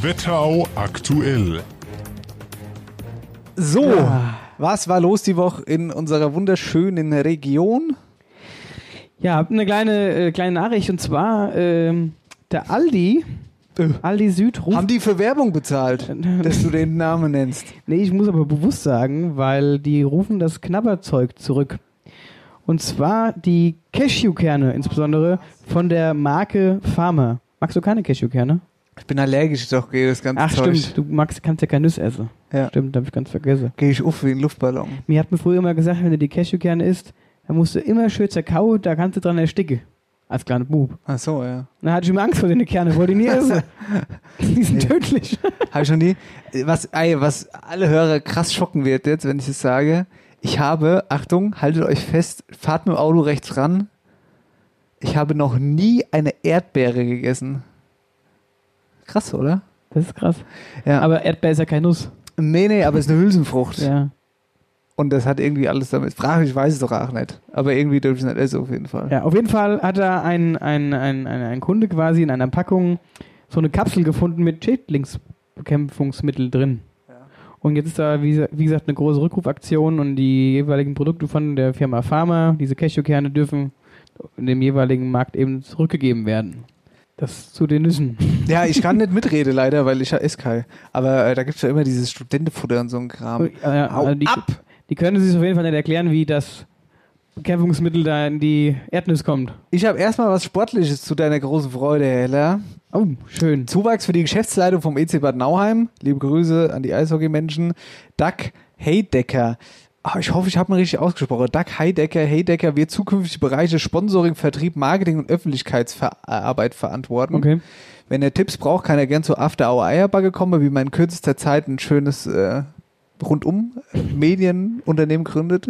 S5: Wetterau aktuell.
S3: So, was war los die Woche in unserer wunderschönen Region?
S4: Ja, hab eine kleine, äh, kleine Nachricht und zwar ähm, der Aldi, Aldi Süd ruft.
S3: Äh. Haben die für Werbung bezahlt, dass du den Namen nennst?
S4: Nee, ich muss aber bewusst sagen, weil die rufen das Knabberzeug zurück. Und zwar die Cashewkerne insbesondere von der Marke Farmer. Magst du keine
S3: Hm,
S4: Cashewkerne?
S3: Ich bin allergisch, doch, gehe das ganze
S4: Ach
S3: Zeug.
S4: stimmt, du magst, kannst ja keine Nüsse essen.
S3: Ja.
S4: Stimmt, da hab ich ganz vergessen.
S3: Gehe ich auf wie ein Luftballon.
S4: Mir hat man früher immer gesagt, wenn du die Cashewkerne isst, dann musst du immer schön zerkauen, da kannst du dran ersticken. Als kleiner Bub.
S3: Ach so, ja.
S4: Dann hatte ich immer Angst vor den Kernen, wollte ich nie essen. Die sind tödlich.
S3: Habe ich schon nie. Was, ey, was alle Hörer krass schocken wird jetzt, wenn ich es sage. Ich habe, Achtung, haltet euch fest, fahrt mit dem Auto rechts ran. Ich habe noch nie eine Erdbeere gegessen. Krass, oder?
S4: Das ist krass.
S3: Ja.
S4: Aber Erdbeer ist ja keine Nuss.
S3: nee, nee, aber es ist eine Hülsenfrucht.
S4: Ja.
S3: Und das hat irgendwie alles damit. Frage, ich weiß es doch auch nicht. Aber irgendwie dürfte ich es nicht essen, auf jeden Fall.
S4: ja. Auf jeden Fall hat da ein, ein, ein, ein, ein Kunde quasi in einer Packung so eine Kapsel gefunden mit Schädlingsbekämpfungsmittel drin. Und jetzt ist da, wie, gesa- wie gesagt, eine große Rückrufaktion und die jeweiligen Produkte von der Firma Pharma, diese Cashewkerne, dürfen in dem jeweiligen Markt eben zurückgegeben werden. Das zu den Nüssen.
S3: Ja, ich kann nicht mitreden, leider, weil ich ja esse kein. Aber äh, da gibt es ja immer dieses Studentenfutter und so ein Kram.
S4: Äh,
S3: Hau
S4: also die,
S3: ab!
S4: die können sich auf jeden Fall nicht erklären, wie das Bekämpfungsmittel da in die Erdnuss kommt.
S3: Ich habe erstmal was Sportliches zu deiner großen Freude, Hella.
S4: Oh, schön.
S3: Zuwachs für die Geschäftsleitung vom EC Bad Nauheim. Liebe Grüße an die Eishockey-Menschen. Doug Heidecker. Ah, ich hoffe, ich habe ihn richtig ausgesprochen. Doug Heidecker. Heidecker wird zukünftig die Bereiche Sponsoring, Vertrieb, Marketing und Öffentlichkeitsarbeit verantworten.
S4: Okay.
S3: Wenn er Tipps braucht, kann er gern zur After Hour Eierbagge kommen, wie man in kürzester Zeit ein schönes äh, rundum Medienunternehmen gründet.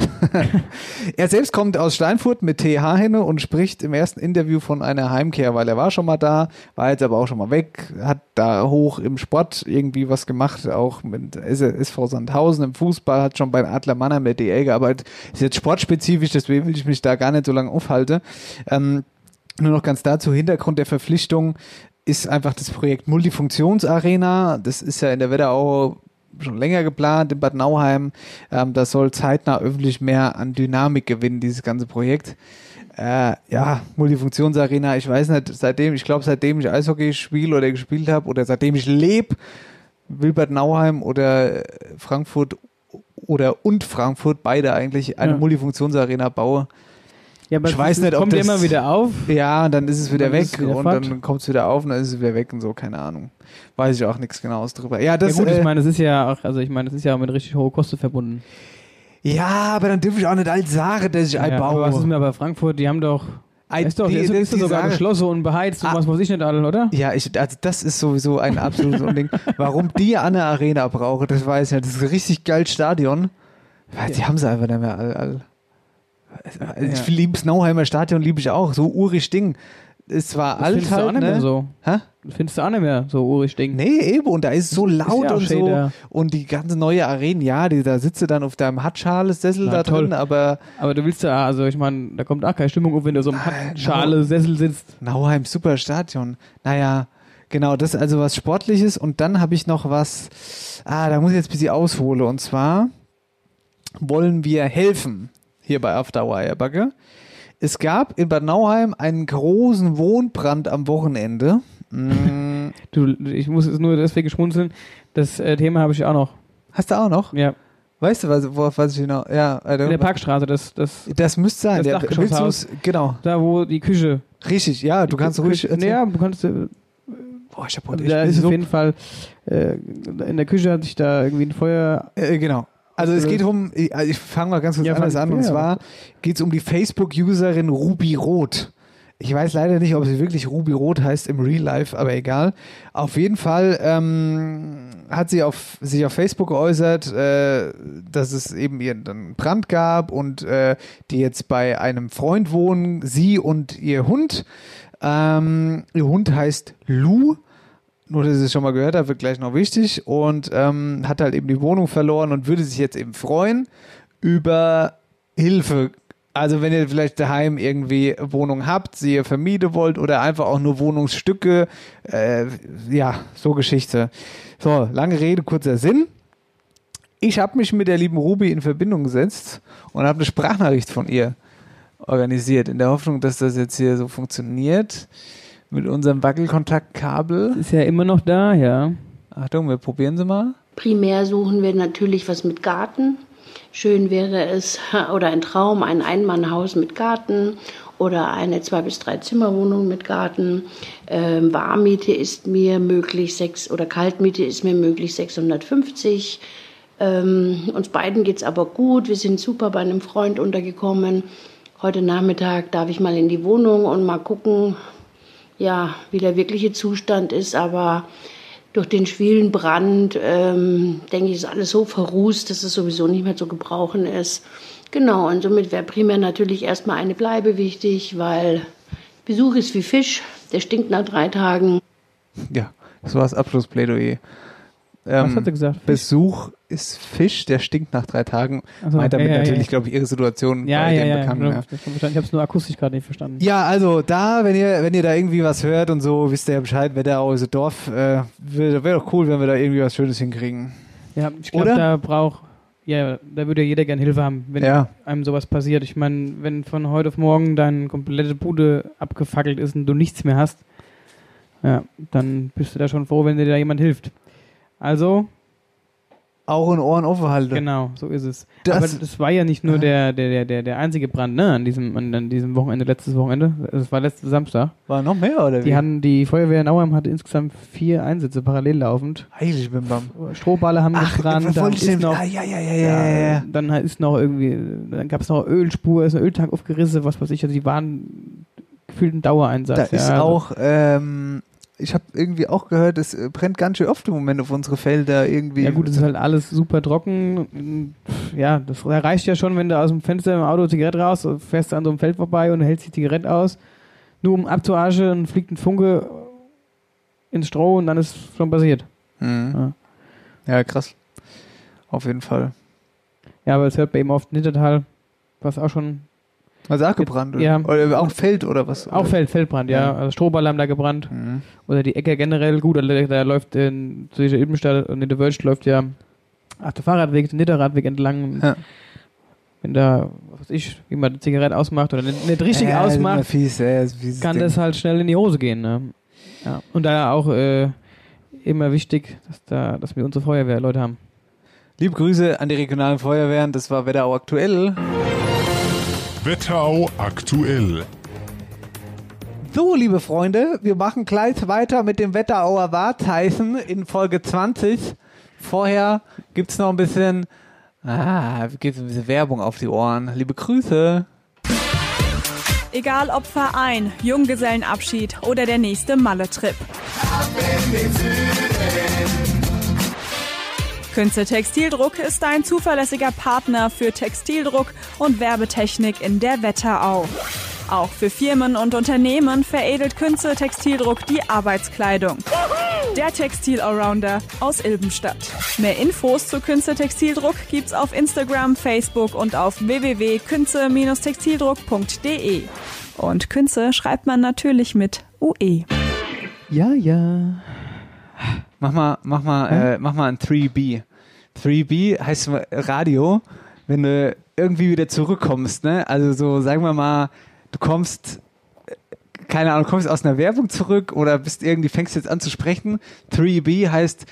S3: er selbst kommt aus Steinfurt mit TH hinne und spricht im ersten Interview von einer Heimkehr, weil er war schon mal da, war jetzt aber auch schon mal weg, hat da hoch im Sport irgendwie was gemacht, auch mit S- SV Sandhausen im Fußball, hat schon beim Adler Mannheim der DL gearbeitet. Ist jetzt sportspezifisch, deswegen will ich mich da gar nicht so lange aufhalten. Ähm, nur noch ganz dazu, Hintergrund der Verpflichtung ist einfach das Projekt Multifunktionsarena. Das ist ja in der Wetterau schon länger geplant in Bad Nauheim. Ähm, das soll zeitnah öffentlich mehr an Dynamik gewinnen, dieses ganze Projekt. Äh, ja, Multifunktionsarena, ich weiß nicht, seitdem, ich glaube, seitdem ich Eishockey spiele oder gespielt habe oder seitdem ich lebe, will Bad Nauheim oder Frankfurt oder und Frankfurt beide eigentlich eine
S4: Ja.
S3: Multifunktionsarena baue.
S4: Ja, aber
S3: Ich weiß
S4: das
S3: nicht, ob
S4: kommt
S3: das-
S4: immer wieder auf.
S3: Ja, und dann ist es wieder
S4: Dann
S3: weg
S4: ist es wieder
S3: und
S4: Fahrt.
S3: dann kommt es wieder auf und dann ist es wieder weg und so, keine Ahnung. Weiß ich auch nichts genaues drüber. Ja,
S4: Ja
S3: das
S4: gut,
S3: äh,
S4: ich meine, das ist ja auch, also ich meine, das ist ja auch mit richtig hoher Kosten verbunden.
S3: Ja, aber dann dürfe ich auch nicht als sagen, dass ich ein
S4: ja,
S3: baue.
S4: aber was ist mir bei Frankfurt? Die haben doch,
S3: Ein-
S4: ist doch,
S3: die-
S4: ist,
S3: das
S4: ist doch
S3: die
S4: sogar
S3: Sache.
S4: geschlossen und beheizt und
S3: Ah.
S4: was weiß ich nicht alle, oder?
S3: Ja, ich, also das ist sowieso ein absolutes Unding. Warum die an der Arena brauche, das weiß ich nicht. Das ist ein richtig geiles Stadion. Weil Die haben sie einfach nicht mehr. All, all. Also Ich
S4: Ja.
S3: liebe das Nauheimer Stadion, liebe ich auch. So urig Ding. Ist zwar
S4: Das
S3: alt
S4: findest du auch
S3: halt,
S4: nicht mehr
S3: ne?
S4: so.
S3: Hä?
S4: Das findest du auch nicht mehr so urig Ding.
S3: Nee, eben. Und da ist so laut
S4: ja auch
S3: und
S4: schön,
S3: so.
S4: ja.
S3: Und die ganze neue Arena, ja, die, da sitzt du dann auf deinem Hatschales-Sessel
S4: Na,
S3: da
S4: toll.
S3: drin, aber
S4: Aber du willst ja, also ich meine, da kommt auch keine Stimmung auf, wenn du so im Schale Sessel sitzt.
S3: Nauheim, super Stadion. Naja, genau, das ist also was Sportliches. Und dann habe ich noch was, ah, da muss ich jetzt ein bisschen aushole. Und zwar wollen wir helfen hier bei After Eierbacke. Es gab in Bad Nauheim einen großen Wohnbrand am Wochenende. Mm,
S4: Du, ich muss jetzt nur deswegen schmunzeln. Das äh, Thema habe ich auch noch.
S3: hast du auch noch?
S4: Ja,
S3: Weißt du, was, worauf was ich genau. Ja,
S4: in der
S3: also,
S4: Parkstraße, das, das,
S3: das müsste sein.
S4: Das
S3: Der-
S4: Dachgeschosshaus.
S3: willst du's- genau,
S4: da wo die Küche.
S3: richtig. Ja, du kannst ruhig.
S4: Küche,
S3: erzählen.
S4: ja, du kannst. äh,
S3: Boah, ich hab heute
S4: Da
S3: echt
S4: ist auf
S3: so-
S4: jeden Fall äh, in der Küche hat sich da irgendwie ein Feuer.
S3: Äh, genau. Also es
S4: Äh,
S3: geht um, ich, also ich fange mal ganz kurz
S4: Ja,
S3: anders
S4: fang-
S3: an, und
S4: ja.
S3: zwar geht es um die Facebook-Userin Ruby Roth. Ich weiß leider nicht, ob sie wirklich Ruby Roth heißt im Real Life, aber egal. Auf jeden Fall ähm, hat sie auf, sich auf Facebook geäußert, äh, dass es eben ihren einen Brand gab und äh, die jetzt bei einem Freund wohnen, sie und ihr Hund. Ähm, ihr Hund heißt Lou. Nur, dass ich es schon mal gehört habe, wird gleich noch wichtig. Und ähm, hat halt eben die Wohnung verloren und würde sich jetzt eben freuen über Hilfe. Also wenn ihr vielleicht daheim irgendwie Wohnung habt, sie ihr vermieden wollt oder einfach auch nur Wohnungsstücke, äh, ja, so Geschichte. So, lange Rede, kurzer Sinn. Ich habe mich mit der lieben Ruby in Verbindung gesetzt und habe eine Sprachnachricht von ihr organisiert, in der Hoffnung, dass das jetzt hier so funktioniert mit unserem Wackelkontaktkabel.
S4: Ist ja immer noch da, ja.
S3: Ähm, Achtung, wir probieren sie mal.
S6: Primär suchen wir natürlich was mit Garten. Schön wäre es, oder ein Traum, ein Einmannhaus mit Garten oder eine zwei bis drei Zimmerwohnung mit Garten. Ähm, Warmmiete ist mir möglich, sechs, oder Kaltmiete ist mir möglich 650. Ähm, uns beiden geht's aber gut. Wir sind super bei einem Freund untergekommen. Heute Nachmittag darf ich mal in die Wohnung und mal gucken, ja, wie der wirkliche Zustand ist, aber durch den schwielen Brand, ähm, denke ich, ist alles so verrußt, dass es sowieso nicht mehr zu gebrauchen ist. Genau, und somit wäre primär natürlich erstmal eine Bleibe wichtig, weil Besuch ist wie Fisch, der stinkt nach drei Tagen.
S3: Ja, das war das Abschlussplädoyer.
S4: Was
S3: Ähm,
S4: hat er gesagt?
S3: Besuch ist Fisch, der stinkt nach drei Tagen.
S4: Ach so,
S3: Meint damit
S4: ja, ja,
S3: natürlich,
S4: ja.
S3: glaube ich, ihre Situation
S4: Ja,
S3: bei
S4: ja, genau.
S3: dem
S4: ja.
S3: Bekannten.
S4: ja. Ich habe es nur akustisch gerade nicht verstanden.
S3: Ja, also da, wenn ihr, wenn ihr da irgendwie was hört und so, wisst ihr ja Bescheid, Wetterau ist ein Dorf. Äh, Wäre wär doch cool, wenn wir da irgendwie was Schönes hinkriegen.
S4: Ja, ich glaube,
S3: Oder?
S4: da braucht, ja, da würde ja jeder gerne Hilfe haben, wenn
S3: Ja.
S4: einem sowas passiert. Ich meine, wenn von heute auf morgen deine komplette Bude abgefackelt ist und du nichts mehr hast, ja, dann bist du da schon froh, wenn dir da jemand hilft. Also,
S3: Auch in Ohren offen halten.
S4: genau, so ist es.
S3: Das- Ah.
S4: Aber das war ja nicht nur der, der, der, der, der einzige Brand, ne, an diesem, an, an diesem Wochenende, letztes Wochenende. Es war letzten Samstag.
S3: War noch mehr, oder wie?
S4: Die hatten, die Feuerwehr in Auheim hatte insgesamt vier Einsätze parallel laufend.
S3: Heilig bin Bam.
S4: Strohballe haben gebrannt, dann
S3: wollte ich
S4: ist
S3: den-
S4: noch
S3: ah, ja, ja, ja,
S4: Ja,
S3: ja, ja, ja.
S4: Dann ist noch irgendwie, dann gab es noch Ölspur, ist ein Öltank aufgerissen, was weiß ich. Also die waren gefühlt ein Dauereinsatz.
S3: Da
S4: ja,
S3: ist
S4: also.
S3: auch, ähm, ich habe irgendwie auch gehört, es äh, brennt ganz schön oft im Moment auf unsere Felder irgendwie.
S4: Ja gut, es ist halt alles super trocken. Ja, das reicht ja schon, wenn du aus dem Fenster im Auto Zigarette raus, fährst an so einem Feld vorbei und hältst die Zigarette aus, nur um abzuarschen und fliegt ein Funke ins Stroh und dann ist schon passiert.
S3: Mhm. Ja. krass. Auf jeden Fall.
S4: Ja, aber es hört bei ihm oft Nittertal, was auch schon,
S3: Also auch gebrannt, oder?
S4: Ja.
S3: oder auch Feld oder was?
S4: auch Feld, Feldbrand, ja.
S3: Ja.
S4: Also Strohball haben da gebrannt.
S3: Mhm.
S4: Oder die Ecke generell, gut, da, da läuft in, zwischen Ilbenstadt und in der Wölsch läuft ja Ach, der Fahrradweg, den Nitterradweg entlang.
S3: Ja.
S4: Wenn da, was weiß ich, jemand eine Zigarette ausmacht oder nicht, nicht richtig
S3: Ja, das ist immer
S4: ausmacht,
S3: Fies, ja, das ist ein fieses
S4: kann
S3: Ding.
S4: das halt schnell in die Hose gehen. Ne? Ja. Und da auch äh, immer wichtig, dass, da, dass wir unsere Feuerwehrleute haben.
S3: Liebe Grüße an die regionalen Feuerwehren, das war Wetterau aktuell.
S5: Wetterau aktuell.
S3: So, liebe Freunde, wir machen gleich weiter mit dem Wetterauer Wahrzeichen in Folge 20. Vorher gibt es noch ein bisschen, ah, gibt's ein bisschen Werbung auf die Ohren. Liebe Grüße.
S1: Egal ob Verein, Junggesellenabschied oder der nächste Malle-Trip. Künze Textildruck ist ein zuverlässiger Partner für Textildruck und Werbetechnik in der Wetterau. Auch für Firmen und Unternehmen veredelt Künze Textildruck die Arbeitskleidung. Der Textil-Allrounder aus Ilbenstadt. Mehr Infos zu Künze Textildruck gibt's auf Instagram, Facebook und auf www.künze-textildruck.de. Und Künze schreibt man natürlich mit E. UE.
S4: Ja, ja.
S3: Mach mal, mach mal, äh, mach mal ein 3B. 3B heißt mal Radio, wenn du irgendwie wieder zurückkommst, ne? Also so, sagen wir mal, du kommst, äh, keine Ahnung, kommst aus einer Werbung zurück oder bist irgendwie, fängst jetzt an zu sprechen. 3B heißt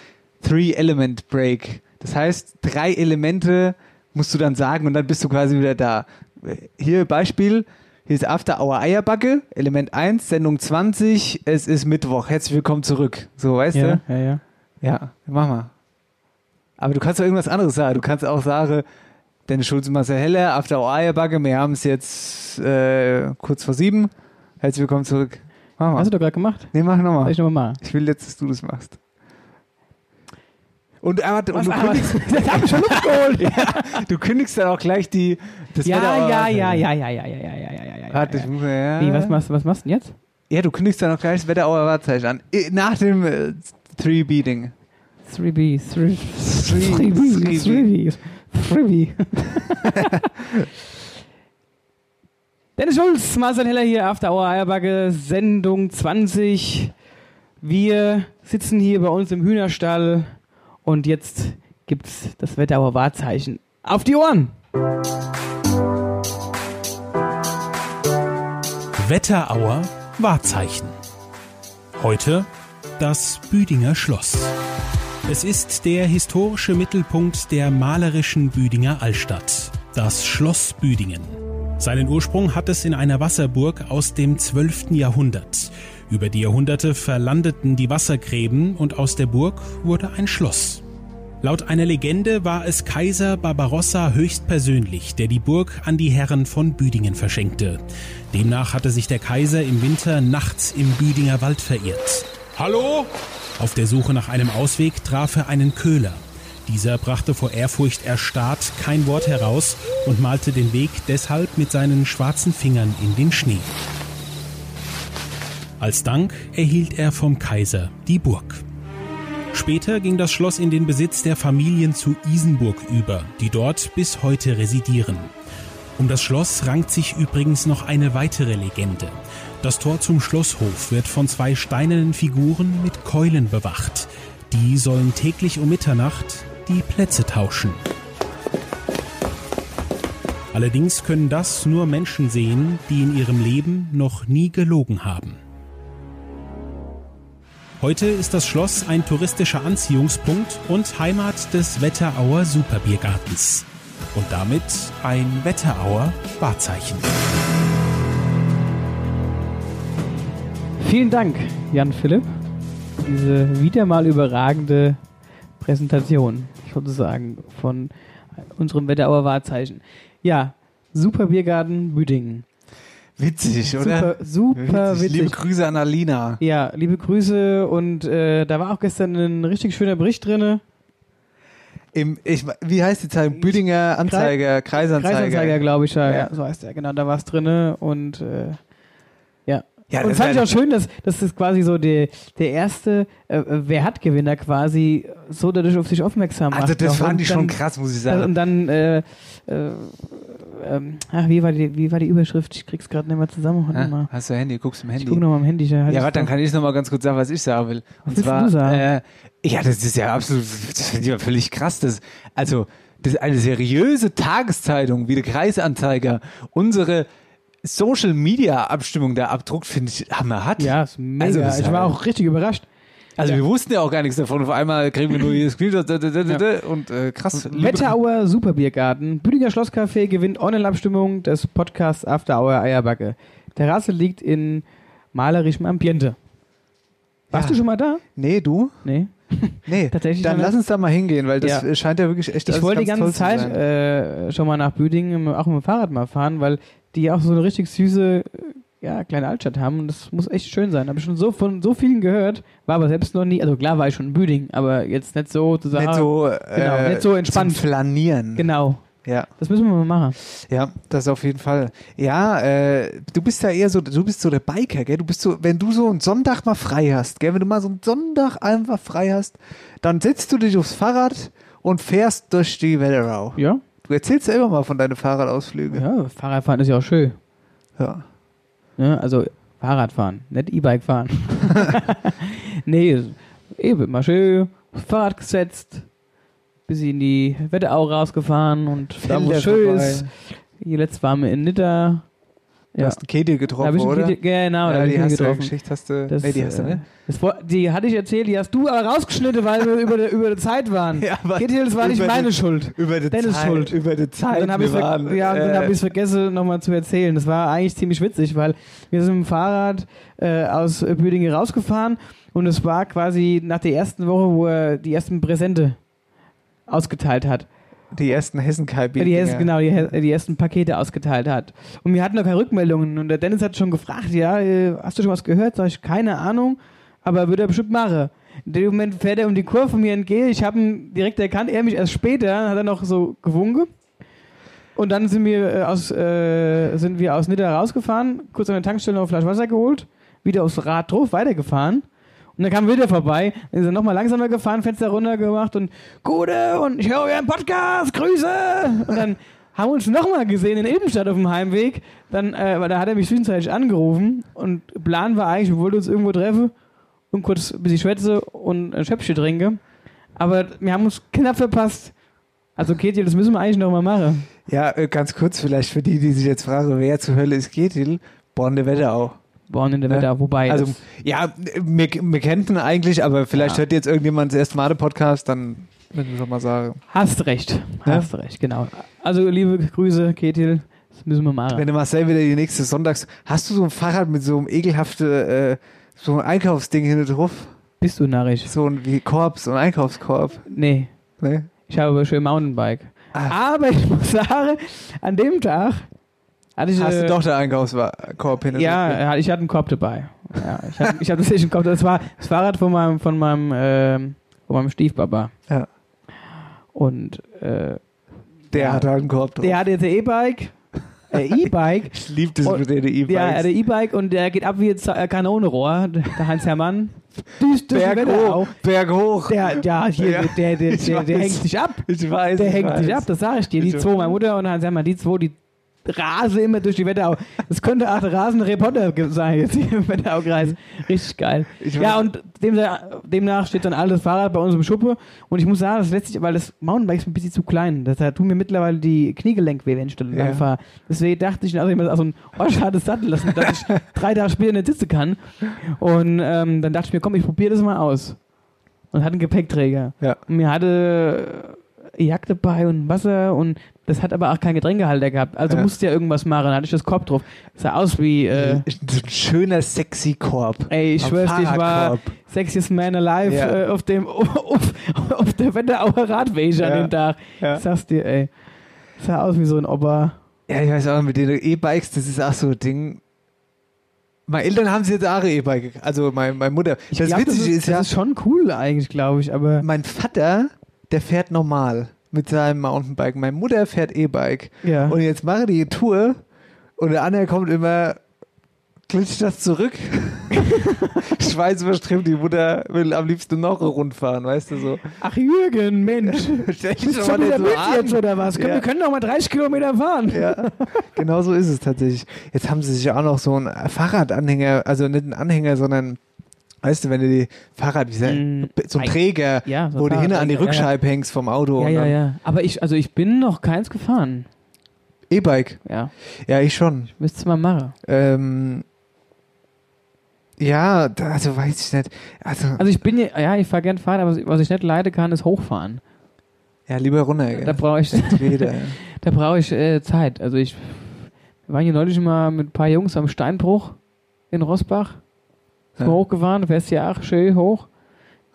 S3: Three Element Break. Das heißt, drei Elemente musst du dann sagen und dann bist du quasi wieder da. Hier Beispiel, hier ist After Hour Eierbacke, Element 1, Sendung 20, es ist Mittwoch, herzlich willkommen zurück. So, weißt du?
S4: Ja, ja, ja.
S3: Ja, mach mal. Aber du kannst auch irgendwas anderes sagen. Du kannst auch sagen, Dennis Schulze, Marcel Heller, After Hour Bagge, wir haben es jetzt äh, kurz vor sieben. Herzlich willkommen zurück. Mach mal.
S4: Hast du doch gerade gemacht?
S3: nee, mach
S4: Soll
S3: nochmal.
S4: Also, ich nochmal?
S3: Ich will jetzt, dass du das machst. Und, äh, warte, und
S4: Was,
S3: du,
S4: aber-
S3: kündigst, das hab ich schon geholt. ja, du kündigst dann auch gleich die. Das
S4: Ja,
S3: Wetter-
S4: ja, ja, ja, ja, ja, ja, ja, ja, ja, ja, ja.
S3: Warte, ich
S4: ja.
S3: muss ja.
S4: Wie, was machst, du- was machst du denn jetzt?
S3: ja, du kündigst dann auch gleich das Wetterauer Wahrzeichen an. Äh, Nach dem äh, 3B-Ding.
S4: 3B, 3B,
S3: Three-
S4: 3B, 3B, 3B. Dennis Schulz, Marcel Heller hier, After Hour Eierbacke, Sendung 20. Wir sitzen hier bei uns im Hühnerstall und jetzt gibt's das Wetterauer Wahrzeichen. Auf die Ohren!
S7: Wetterauer Wahrzeichen. Heute das Büdinger Schloss. Es ist der historische Mittelpunkt der malerischen Büdinger Altstadt, das Schloss Büdingen. Seinen Ursprung hat es in einer Wasserburg aus dem 12. Jahrhundert. Über die Jahrhunderte verlandeten die Wassergräben und aus der Burg wurde ein Schloss. Laut einer Legende war es Kaiser Barbarossa höchstpersönlich, der die Burg an die Herren von Büdingen verschenkte. Demnach hatte sich der Kaiser im Winter nachts im Büdinger Wald verirrt. Hallo? Auf der Suche nach einem Ausweg traf er einen Köhler. Dieser brachte vor Ehrfurcht erstarrt kein Wort heraus und malte den Weg deshalb mit seinen schwarzen Fingern in den Schnee. Als Dank erhielt er vom Kaiser die Burg. Später ging das Schloss in den Besitz der Familien zu Isenburg über, die dort bis heute residieren. Um das Schloss rankt sich übrigens noch eine weitere Legende. Das Tor zum Schlosshof wird von zwei steinernen Figuren mit Keulen bewacht. Die sollen täglich um Mitternacht die Plätze tauschen. Allerdings können das nur Menschen sehen, die in ihrem Leben noch nie gelogen haben. Heute ist das Schloss ein touristischer Anziehungspunkt und Heimat des Wetterauer Superbiergartens. Und damit ein Wetterauer Wahrzeichen.
S4: Vielen Dank, Jan Philipp, für diese wieder mal überragende Präsentation, sozusagen, von unserem Wetterauer Wahrzeichen. Ja, Super Biergarten Büdingen.
S3: Witzig, oder?
S4: Super, super
S3: Witzig.
S4: witzig.
S3: Liebe Grüße an Alina.
S4: ja, liebe Grüße und äh, da war auch gestern ein richtig schöner Bericht drinne.
S3: Im, ich, wie heißt die Zeitung? Büdinger Anzeiger, Kreisanzeiger.
S4: Kreisanzeiger, glaube ich, ja,
S3: Ja.
S4: ja. so heißt der, genau, da war es drinne und äh,
S3: Ja,
S4: und
S3: das
S4: das fand ich
S3: wär-
S4: auch schön, dass dass das quasi so der, der erste äh, äh, Wer hat Gewinner quasi so dadurch auf sich aufmerksam macht.
S3: Also das
S4: noch.
S3: fand
S4: Und
S3: ich
S4: dann-
S3: schon krass, muss ich
S4: Das,
S3: sagen.
S4: und dann äh, äh, ähm, ach, wie war die, wie war die Überschrift? Ich krieg's gerade nicht mehr zusammen. Warte mal.
S3: Ja, hast du Handy, guckst im Handy.
S4: Ich guck nochmal am Handy. Da hatte
S3: Ja,
S4: ich's
S3: warte, dann
S4: noch.
S3: kann ich noch mal ganz kurz sagen, was ich sagen will. Und
S4: willst
S3: zwar,
S4: du sagen?
S3: Äh, ja, das ist ja absolut, das finde ich ja völlig krass. Das, also, das ist eine seriöse Tageszeitung wie der Kreisanzeiger unsere Social Media Abstimmung da abdruckt, finde ich hammerhart.
S4: Ja, ist mega.
S3: Also, das ist
S4: ich war
S3: halt-
S4: auch richtig überrascht.
S3: Also, wir wussten ja auch gar nichts davon. Auf einmal kriegen wir nur hier Screenshots da, da, da, da, da, und äh, krass. liebe-
S4: Wetterauer Superbiergarten. Büdinger Schlosscafé gewinnt Online-Abstimmung des Podcasts After Hour Eierbacke. Terrasse liegt in malerischem Ambiente. Warst
S3: Ja.
S4: du schon mal da?
S3: Nee, du?
S4: Nee.
S3: Nee,
S4: Tatsächlich
S3: dann
S4: noch
S3: lass
S4: nicht.
S3: uns da mal hingehen, weil das
S4: Ja.
S3: äh, scheint ja wirklich echt
S4: Ich
S3: alles
S4: wollte die
S3: ganz
S4: ganze
S3: toll zu
S4: Zeit
S3: sein.
S4: äh, schon mal nach Büdingen im- auch mit dem Fahrrad mal fahren, weil die auch so eine richtig süße äh, ja, kleine Altstadt haben und das muss echt schön sein. Habe ich schon so von so vielen gehört, war aber selbst noch nie, also klar war ich schon in Büdingen, aber jetzt nicht so zu sagen.
S3: nicht so, äh,
S4: genau, nicht so entspannt.
S3: Zum Flanieren.
S4: Genau,
S3: Ja.
S4: das müssen wir mal machen.
S3: Ja, das auf jeden Fall. Ja, äh, du bist ja eher so, du bist so der Biker, gell? Du bist so, wenn du so einen Sonntag mal frei hast, gell? Wenn du mal so einen Sonntag einfach frei hast, dann setzt du dich aufs Fahrrad und fährst durch die Wetterau.
S4: Ja,
S3: Du erzählst selber mal von deinen Fahrradausflügen.
S4: ja Fahrradfahren ist ja auch schön.
S3: Ja.
S4: Ne? Also Fahrradfahren, nicht E-Bike fahren. nee, eben mal schön aufs Fahrrad gesetzt, bis in die Wetterau rausgefahren und da wo es schön ist. Hier letztes waren wir in Nitter.
S3: Du
S4: Ja.
S3: hast einen Kedi
S4: Da hab
S3: getroffen,
S4: ich
S3: oder?
S4: Kedi- Genau, da
S3: ja,
S4: hab ich
S3: die
S4: ihn
S3: hast du
S4: getroffen.
S3: Geschichte hast du.
S4: Das,
S3: nee, die hast du,
S4: äh,
S3: ne?
S4: Das, woll- die hatte ich erzählt, die hast du aber rausgeschnitten, weil wir über der über der Zeit waren.
S3: Ja, aber
S4: Kitty, das war nicht
S3: über
S4: meine
S3: die-
S4: Schuld.
S3: Über die
S4: Dennis
S3: Zeit.
S4: schuld.
S3: Über die
S4: Und
S3: Zeit.
S4: dann habe
S3: wir
S4: ich
S3: waren,
S4: ja, und dann hab
S3: äh,
S4: ich's vergessen, nochmal zu erzählen. Das war eigentlich ziemlich witzig, weil wir sind mit dem Fahrrad äh, aus Büdingen rausgefahren und es war quasi nach der ersten Woche, wo er die ersten Präsente ausgeteilt hat.
S3: die ersten hessen
S4: Ja, die ersten, genau, die, He- die ersten Pakete ausgeteilt hat. Und wir hatten noch keine Rückmeldungen. Und der Dennis hat schon gefragt, ja, äh, hast du schon was gehört? Sag ich, keine Ahnung, aber würde er bestimmt machen. In dem Moment fährt er um die Kurve mir entgegen. Ich habe ihn direkt erkannt, er mich erst später, dann hat er noch so gewunken. Und dann sind wir, äh, aus, äh, sind wir aus Nidda rausgefahren, kurz an der Tankstelle noch ein Flasch Wasser geholt, wieder aufs Rad drauf, weitergefahren. Und dann kam wieder vorbei, dann ist er nochmal langsamer gefahren, Fenster runter gemacht und Gute und ich höre euren Podcast, Grüße! Und dann haben wir uns nochmal gesehen in Ebenstadt auf dem Heimweg. Dann, äh, weil da hat er mich zwischenzeitlich angerufen und Plan war eigentlich, wir wollten uns irgendwo treffen und kurz ein bisschen schwätze und ein Schöpfchen trinke. Aber wir haben uns knapp verpasst. Also Ketje, das müssen wir eigentlich nochmal machen.
S3: Ja, äh, ganz kurz vielleicht für die, die sich jetzt fragen, wer zur Hölle ist Getil? Born der Wetterau.
S4: Born in der Wetter, wobei.
S3: Also,
S4: das-
S3: ja, wir, wir kennen ihn eigentlich, aber vielleicht hört jetzt irgendjemand das erste Mal den Podcast, dann müssen wir schon mal sagen.
S4: hast recht. Hast recht, genau. Also liebe Grüße, Ketil. Das müssen wir machen.
S3: Wenn du Marcel wieder die nächste Sonntags, hast du so ein Fahrrad mit so einem ekelhaften, äh, so ein Einkaufsding hinten drauf?
S4: Bist du narrisch?
S3: So ein wie Korb, so ein Einkaufskorb,
S4: Nee.
S3: ne?
S4: Ich habe aber schön Mountainbike.
S3: Ah.
S4: Aber ich muss sagen, an dem Tag hatte ich.
S3: Hast
S4: äh,
S3: du doch den Einkaufskorb hinten
S4: Ja,
S3: drauf?
S4: ja, ich hatte einen Korb dabei. Ja, ich hatte, ich hatte tatsächlich einen Korb. Das war das Fahrrad von meinem, von meinem, ähm, von meinem Stiefpapa.
S3: Ja.
S4: Und äh,
S3: Der
S4: ja.
S3: hat halt einen Korb drauf.
S4: der hatte jetzt ein E-Bike. Äh, E-Bike.
S3: ich liebe das
S4: Und-
S3: mit den E-Bikes.
S4: Oh, ja, er hat ein E-Bike und der geht ab wie jetzt ein Kanonenrohr. Der Heinz Hermann. Düstes
S3: Berg hoch, Berg hoch.
S4: genau. Der, ja, hier,
S3: Ja,
S4: der, der,
S3: ich
S4: der, der
S3: weiß.
S4: hängt sich ab.
S3: ich weiß,
S4: Der
S3: ich
S4: hängt
S3: weiß.
S4: dich ab, das sage ich dir. Die
S3: Ich
S4: zwei, meine Mutter und Hans Hermann, die zwei, die rasen immer durch die Wetterau. Das könnte auch der rasende Reporter ge- sein jetzt hier im Wetteraukreis. Richtig geil.
S3: Ich
S4: ja,
S3: weiß-
S4: und dem, demnach steht dann alles Fahrrad bei uns im Schuppe. Und ich muss sagen, das letztlich, weil das Mountainbike ist ein bisschen zu klein. Das da tun mir mittlerweile die Kniegelenkweh, wenn ich dann
S3: Ja.
S4: lang fahre. Deswegen dachte ich, also ich mir auch so ein oschartes Sattel lassen, dass ich drei Tage später nicht sitzen kann. Und ähm, dann dachte ich mir, komm, ich probiere das mal aus. Und hatte einen Gepäckträger.
S3: Ja.
S4: Und mir hatte äh, Jagd dabei und Wasser und das hat aber auch keinen Getränkehalter gehabt. Also
S3: Ja.
S4: musste ja irgendwas machen. Da hatte ich das Korb drauf. Sah aus wie, äh,
S3: So ein schöner, sexy Korb.
S4: ey, ich
S3: Am
S4: schwör's dir, ich war
S3: Fahrradkorb.
S4: sexiest man alive
S3: Ja.
S4: äh, auf dem, auf, auf der Wetterauer Radwege
S3: Ja.
S4: an dem Tag.
S3: Ja.
S4: Ich sag's dir, ey. Sah aus wie so ein Opa.
S3: Ja, ich weiß auch, mit den E-Bikes, das ist auch so ein Ding. Meine Eltern haben sie jetzt auch ein E-Bike, also mein, meine Mutter. das
S4: glaub,
S3: Witzige ist, ja,
S4: das ist schon cool eigentlich, glaube ich, aber
S3: mein Vater, der fährt normal mit seinem Mountainbike. Meine Mutter fährt E-Bike.
S4: ja.
S3: Und jetzt mache die Tour und der andere kommt immer, glitscht das zurück. Schweißüberströmt, die Mutter will am liebsten noch rundfahren, weißt du so.
S4: Ach Jürgen, Mensch.
S3: Stell dich
S4: Bist
S3: doch mal
S4: du
S3: nicht
S4: wieder
S3: so
S4: mit
S3: an.
S4: jetzt oder was? Komm,
S3: Ja.
S4: Wir können doch mal 30 Kilometer fahren.
S3: Ja, genau so ist es tatsächlich. Jetzt haben sie sich auch noch so einen Fahrradanhänger, also nicht einen Anhänger, sondern, weißt du, wenn du die Fahrrad, wie sagt-
S4: Mm,
S3: so Mhm. ein
S4: ein-
S3: Träger,
S4: ja, so ein
S3: wo du hinten an die
S4: Fahrradträger,
S3: Rückscheibe hängst vom Auto.
S4: Ja,
S3: und
S4: ja,
S3: dann-
S4: ja. Aber ich, also ich bin noch keins gefahren.
S3: E-Bike.
S4: Ja,
S3: Ja, ich schon.
S4: müsste mal machen.
S3: Ähm, ja, da- also weiß ich nicht. Also,
S4: Also ich bin, ja, ja ich fahre gern Fahrrad, aber was ich nicht leiden kann, ist hochfahren.
S3: ja, lieber runter. gell.
S4: Da brauche ich,
S3: Weder, ja.
S4: da brauche ich äh, Zeit. Also ich, wir waren hier neulich mal mit ein paar Jungs am Steinbruch in Rosbach. Sind
S3: Ja.
S4: wir hochgefahren, fährst ja auch schön hoch.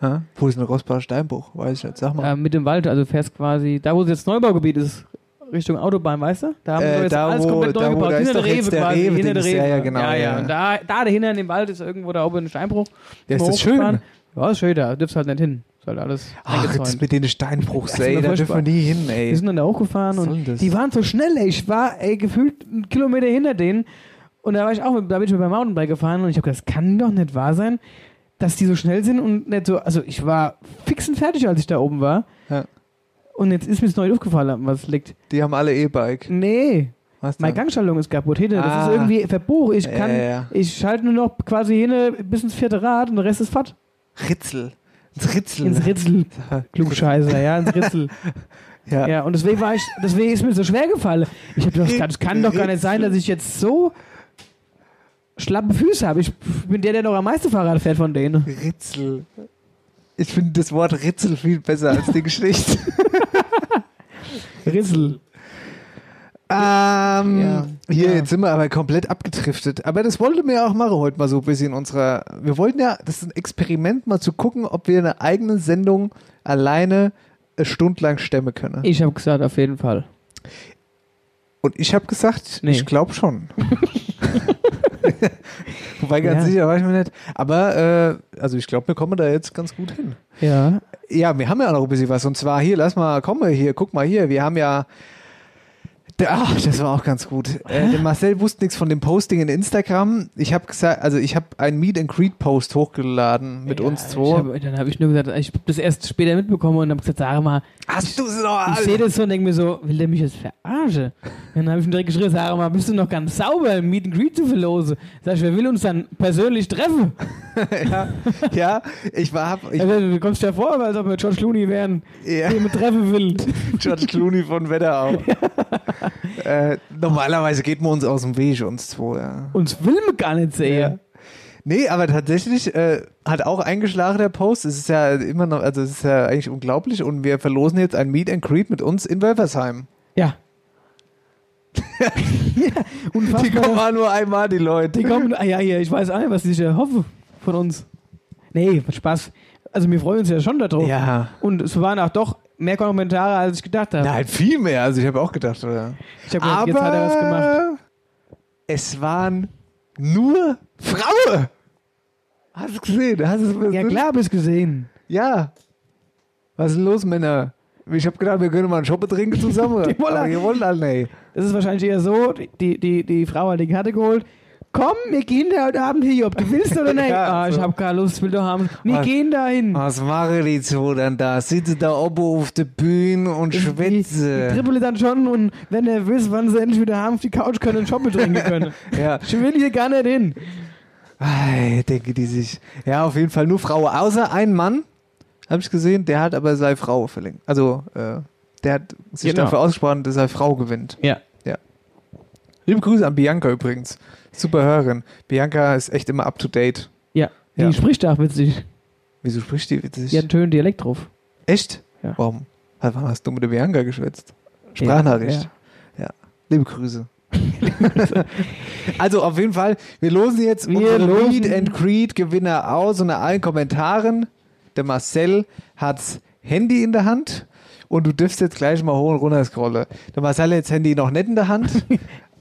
S3: Ha? ne? Wo ist denn Rosbach Steinbruch? Weiß ich nicht. Sag mal.
S4: Äh, mit dem Wald, also fährst quasi, da wo jetzt Neubaugebiet ist, Richtung Autobahn, weißt du? Da haben
S3: Äh,
S4: wir jetzt
S3: da,
S4: alles
S3: wo-
S4: komplett neu
S3: da, wo-
S4: gebaut.
S3: da ist
S4: hinter der
S3: doch
S4: Rewe
S3: jetzt der
S4: quasi,
S3: Rewe-Dings.
S4: hinter der Rewe.
S3: Ja, ja, genau,
S4: Ja,
S3: ja,
S4: ja.
S3: ja.
S4: Und da, da dahinter in dem Wald ist irgendwo da oben ein Steinbruch.
S3: Ja, ist
S4: Mal
S3: das schön?
S4: hochgefahren. Ja, ist schön, da dürfst halt nicht hin. Ist halt alles
S3: Ach,
S4: eingezäunt.
S3: Ah, jetzt mit den Steinbruchs,
S4: Das ist
S3: ey,
S4: mir
S3: da dürfen wir
S4: furchtbar.
S3: nie hin, ey.
S4: Die sind dann da hochgefahren
S3: Was soll
S4: und
S3: das?
S4: die waren so schnell, ey. Ich war ey, gefühlt einen Kilometer hinter denen und da war ich auch, mit- da bin ich mit meinem Mountainbike gefahren und ich habe das kann doch nicht wahr sein, dass die so schnell sind und nicht so, also ich war fix und fertig, als ich da oben war.
S3: Ja.
S4: Und jetzt ist mir das neu aufgefallen, was liegt.
S3: Die haben alle E-Bike.
S4: Nee,
S3: Was
S4: meine
S3: denn?
S4: Gangschaltung ist kaputt. Hinter, das
S3: Ah.
S4: ist irgendwie verbucht. Ich kann,
S3: Ja, ja, ja.
S4: ich schalte nur noch quasi hin bis ins vierte Rad und der Rest ist fad.
S3: Ritzel. Ins Ritzel.
S4: Ins Ritzel.
S3: Ja.
S4: Klugscheißer, ja, ins Ritzel.
S3: Ja.
S4: Ja, und deswegen war ich, deswegen ist mir so schwer gefallen. Ich habe gedacht, das kann doch gar nicht sein, dass ich jetzt so schlappe Füße habe. Ich bin der, der noch am meisten Fahrrad fährt von denen.
S3: Ritzel. Ich finde das Wort Ritzel viel besser als die Geschichte.
S4: Rissel.
S3: ähm,
S4: Ja.
S3: Hier,
S4: Ja.
S3: jetzt sind wir aber komplett abgetriftet. Aber das wollten wir ja auch machen heute mal so ein bisschen unserer. Wir wollten ja, das ist ein Experiment, mal zu gucken, ob wir eine eigene Sendung alleine äh, stundenlang stemmen können.
S4: Ich habe gesagt, auf jeden Fall.
S3: Und ich habe gesagt,
S4: Nee.
S3: ich glaube schon. Wobei ganz
S4: Ja.
S3: sicher war ich mir nicht. Aber äh, also ich glaube, wir kommen da jetzt ganz gut hin.
S4: Ja.
S3: Ja, wir haben ja auch noch ein bisschen was. Und zwar hier, lass mal, komm mal hier, guck mal hier. Wir haben ja. Der- Ach, das war auch ganz gut. Äh, der Marcel wusste nichts von dem Posting in Instagram. Ich habe gesagt, also ich habe einen Meet and Greet Post hochgeladen mit
S4: ja,
S3: uns
S4: ich
S3: zwei.
S4: Hab, dann habe ich nur gesagt, ich habe das erst später mitbekommen und habe gesagt, sag mal,
S3: Hast du es noch
S4: ich
S3: alle?
S4: sehe das so und denke mir so, will der mich jetzt verarschen? Dann habe ich ihm direkt geschrieben, sag mal, bist du noch ganz sauber, ein Meet and Greet zu verlosen? Sag ich, wer will uns dann persönlich treffen?
S3: Ja, ich war, hab, ich,
S4: Also, du kommst ja vor, als ob wir George Clooney wären,
S3: ja.
S4: ja. den man treffen will.
S3: George Clooney von Wetterau. äh, normalerweise geht man uns aus dem Weg, uns zwei, ja.
S4: Uns will man gar nicht sehen.
S3: Ja. Nee, aber tatsächlich äh, hat auch eingeschlagen der Post. Es ist ja immer noch, also es ist ja eigentlich unglaublich und wir verlosen jetzt ein Meet and Greet mit uns in Wölfersheim.
S4: Ja. Unfassbar.
S3: Die kommen auch nur einmal, die Leute.
S4: Die kommen, ah, ja, ja, ich weiß auch nicht, was die sich erhoffen von uns. Nee, Spaß. Also wir freuen uns ja schon darauf.
S3: Ja.
S4: Und es waren auch doch mehr Kommentare, als ich gedacht habe.
S3: Nein, viel mehr. Also ich habe auch gedacht, oder?
S4: Ich habe gedacht, jetzt hat er was gemacht.
S3: es waren nur Frauen. Hast du es gesehen? Hast du es
S4: Ja klar, hab ich's gesehen.
S3: Ja. Was ist denn los, Männer? Ich habe gedacht, wir können mal einen Shoppe trinken zusammen.
S4: Die wollen-
S3: Aber ihr wollt alle nicht.
S4: Das ist wahrscheinlich eher so, die, die, die Frau hat die Karte geholt. Komm, wir gehen da heute Abend hin, ob du willst oder nicht.
S3: Ja,
S4: ah, ich
S3: so. Ah.
S4: habe keine Lust, will doch haben. Wir
S3: Was-
S4: gehen da hin.
S3: Was machen die zwei dann da? Sitzen da oben auf der Bühne und
S4: Die
S3: schwätzen.
S4: dribbeln dann schon und wenn nervös, wann sie endlich wieder haben auf die Couch können und Shoppen trinken können.
S3: Ja.
S4: Ich will hier gar nicht hin.
S3: Ei, denke die sich. Ja, auf jeden Fall nur Frau. Außer ein Mann, habe ich gesehen, der hat aber seine Frau verlinkt. Also, äh, der hat sich
S4: Genau.
S3: dafür ausgesprochen, dass seine Frau gewinnt.
S4: Ja.
S3: Liebe Grüße an Bianca übrigens. Super Hörerin. Bianca ist echt immer up to date.
S4: Ja. Die
S3: Ja.
S4: spricht auch witzig.
S3: Wieso spricht die witzig?
S4: Die hat einen schönen Dialekt drauf.
S3: Echt?
S4: Ja.
S3: Warum? Wann hast du mit der Bianca geschwätzt? Sprachnachricht. Ja. Liebe Grüße. also auf jeden Fall, wir losen jetzt
S4: Wir
S3: unsere
S4: losen-
S3: Meet and Creed Gewinner aus und nach allen Kommentaren. Der Marcel hat's Handy in der Hand und du darfst jetzt gleich mal hoch und runter scrollen. Der Marcel hat das Handy noch nicht in der Hand,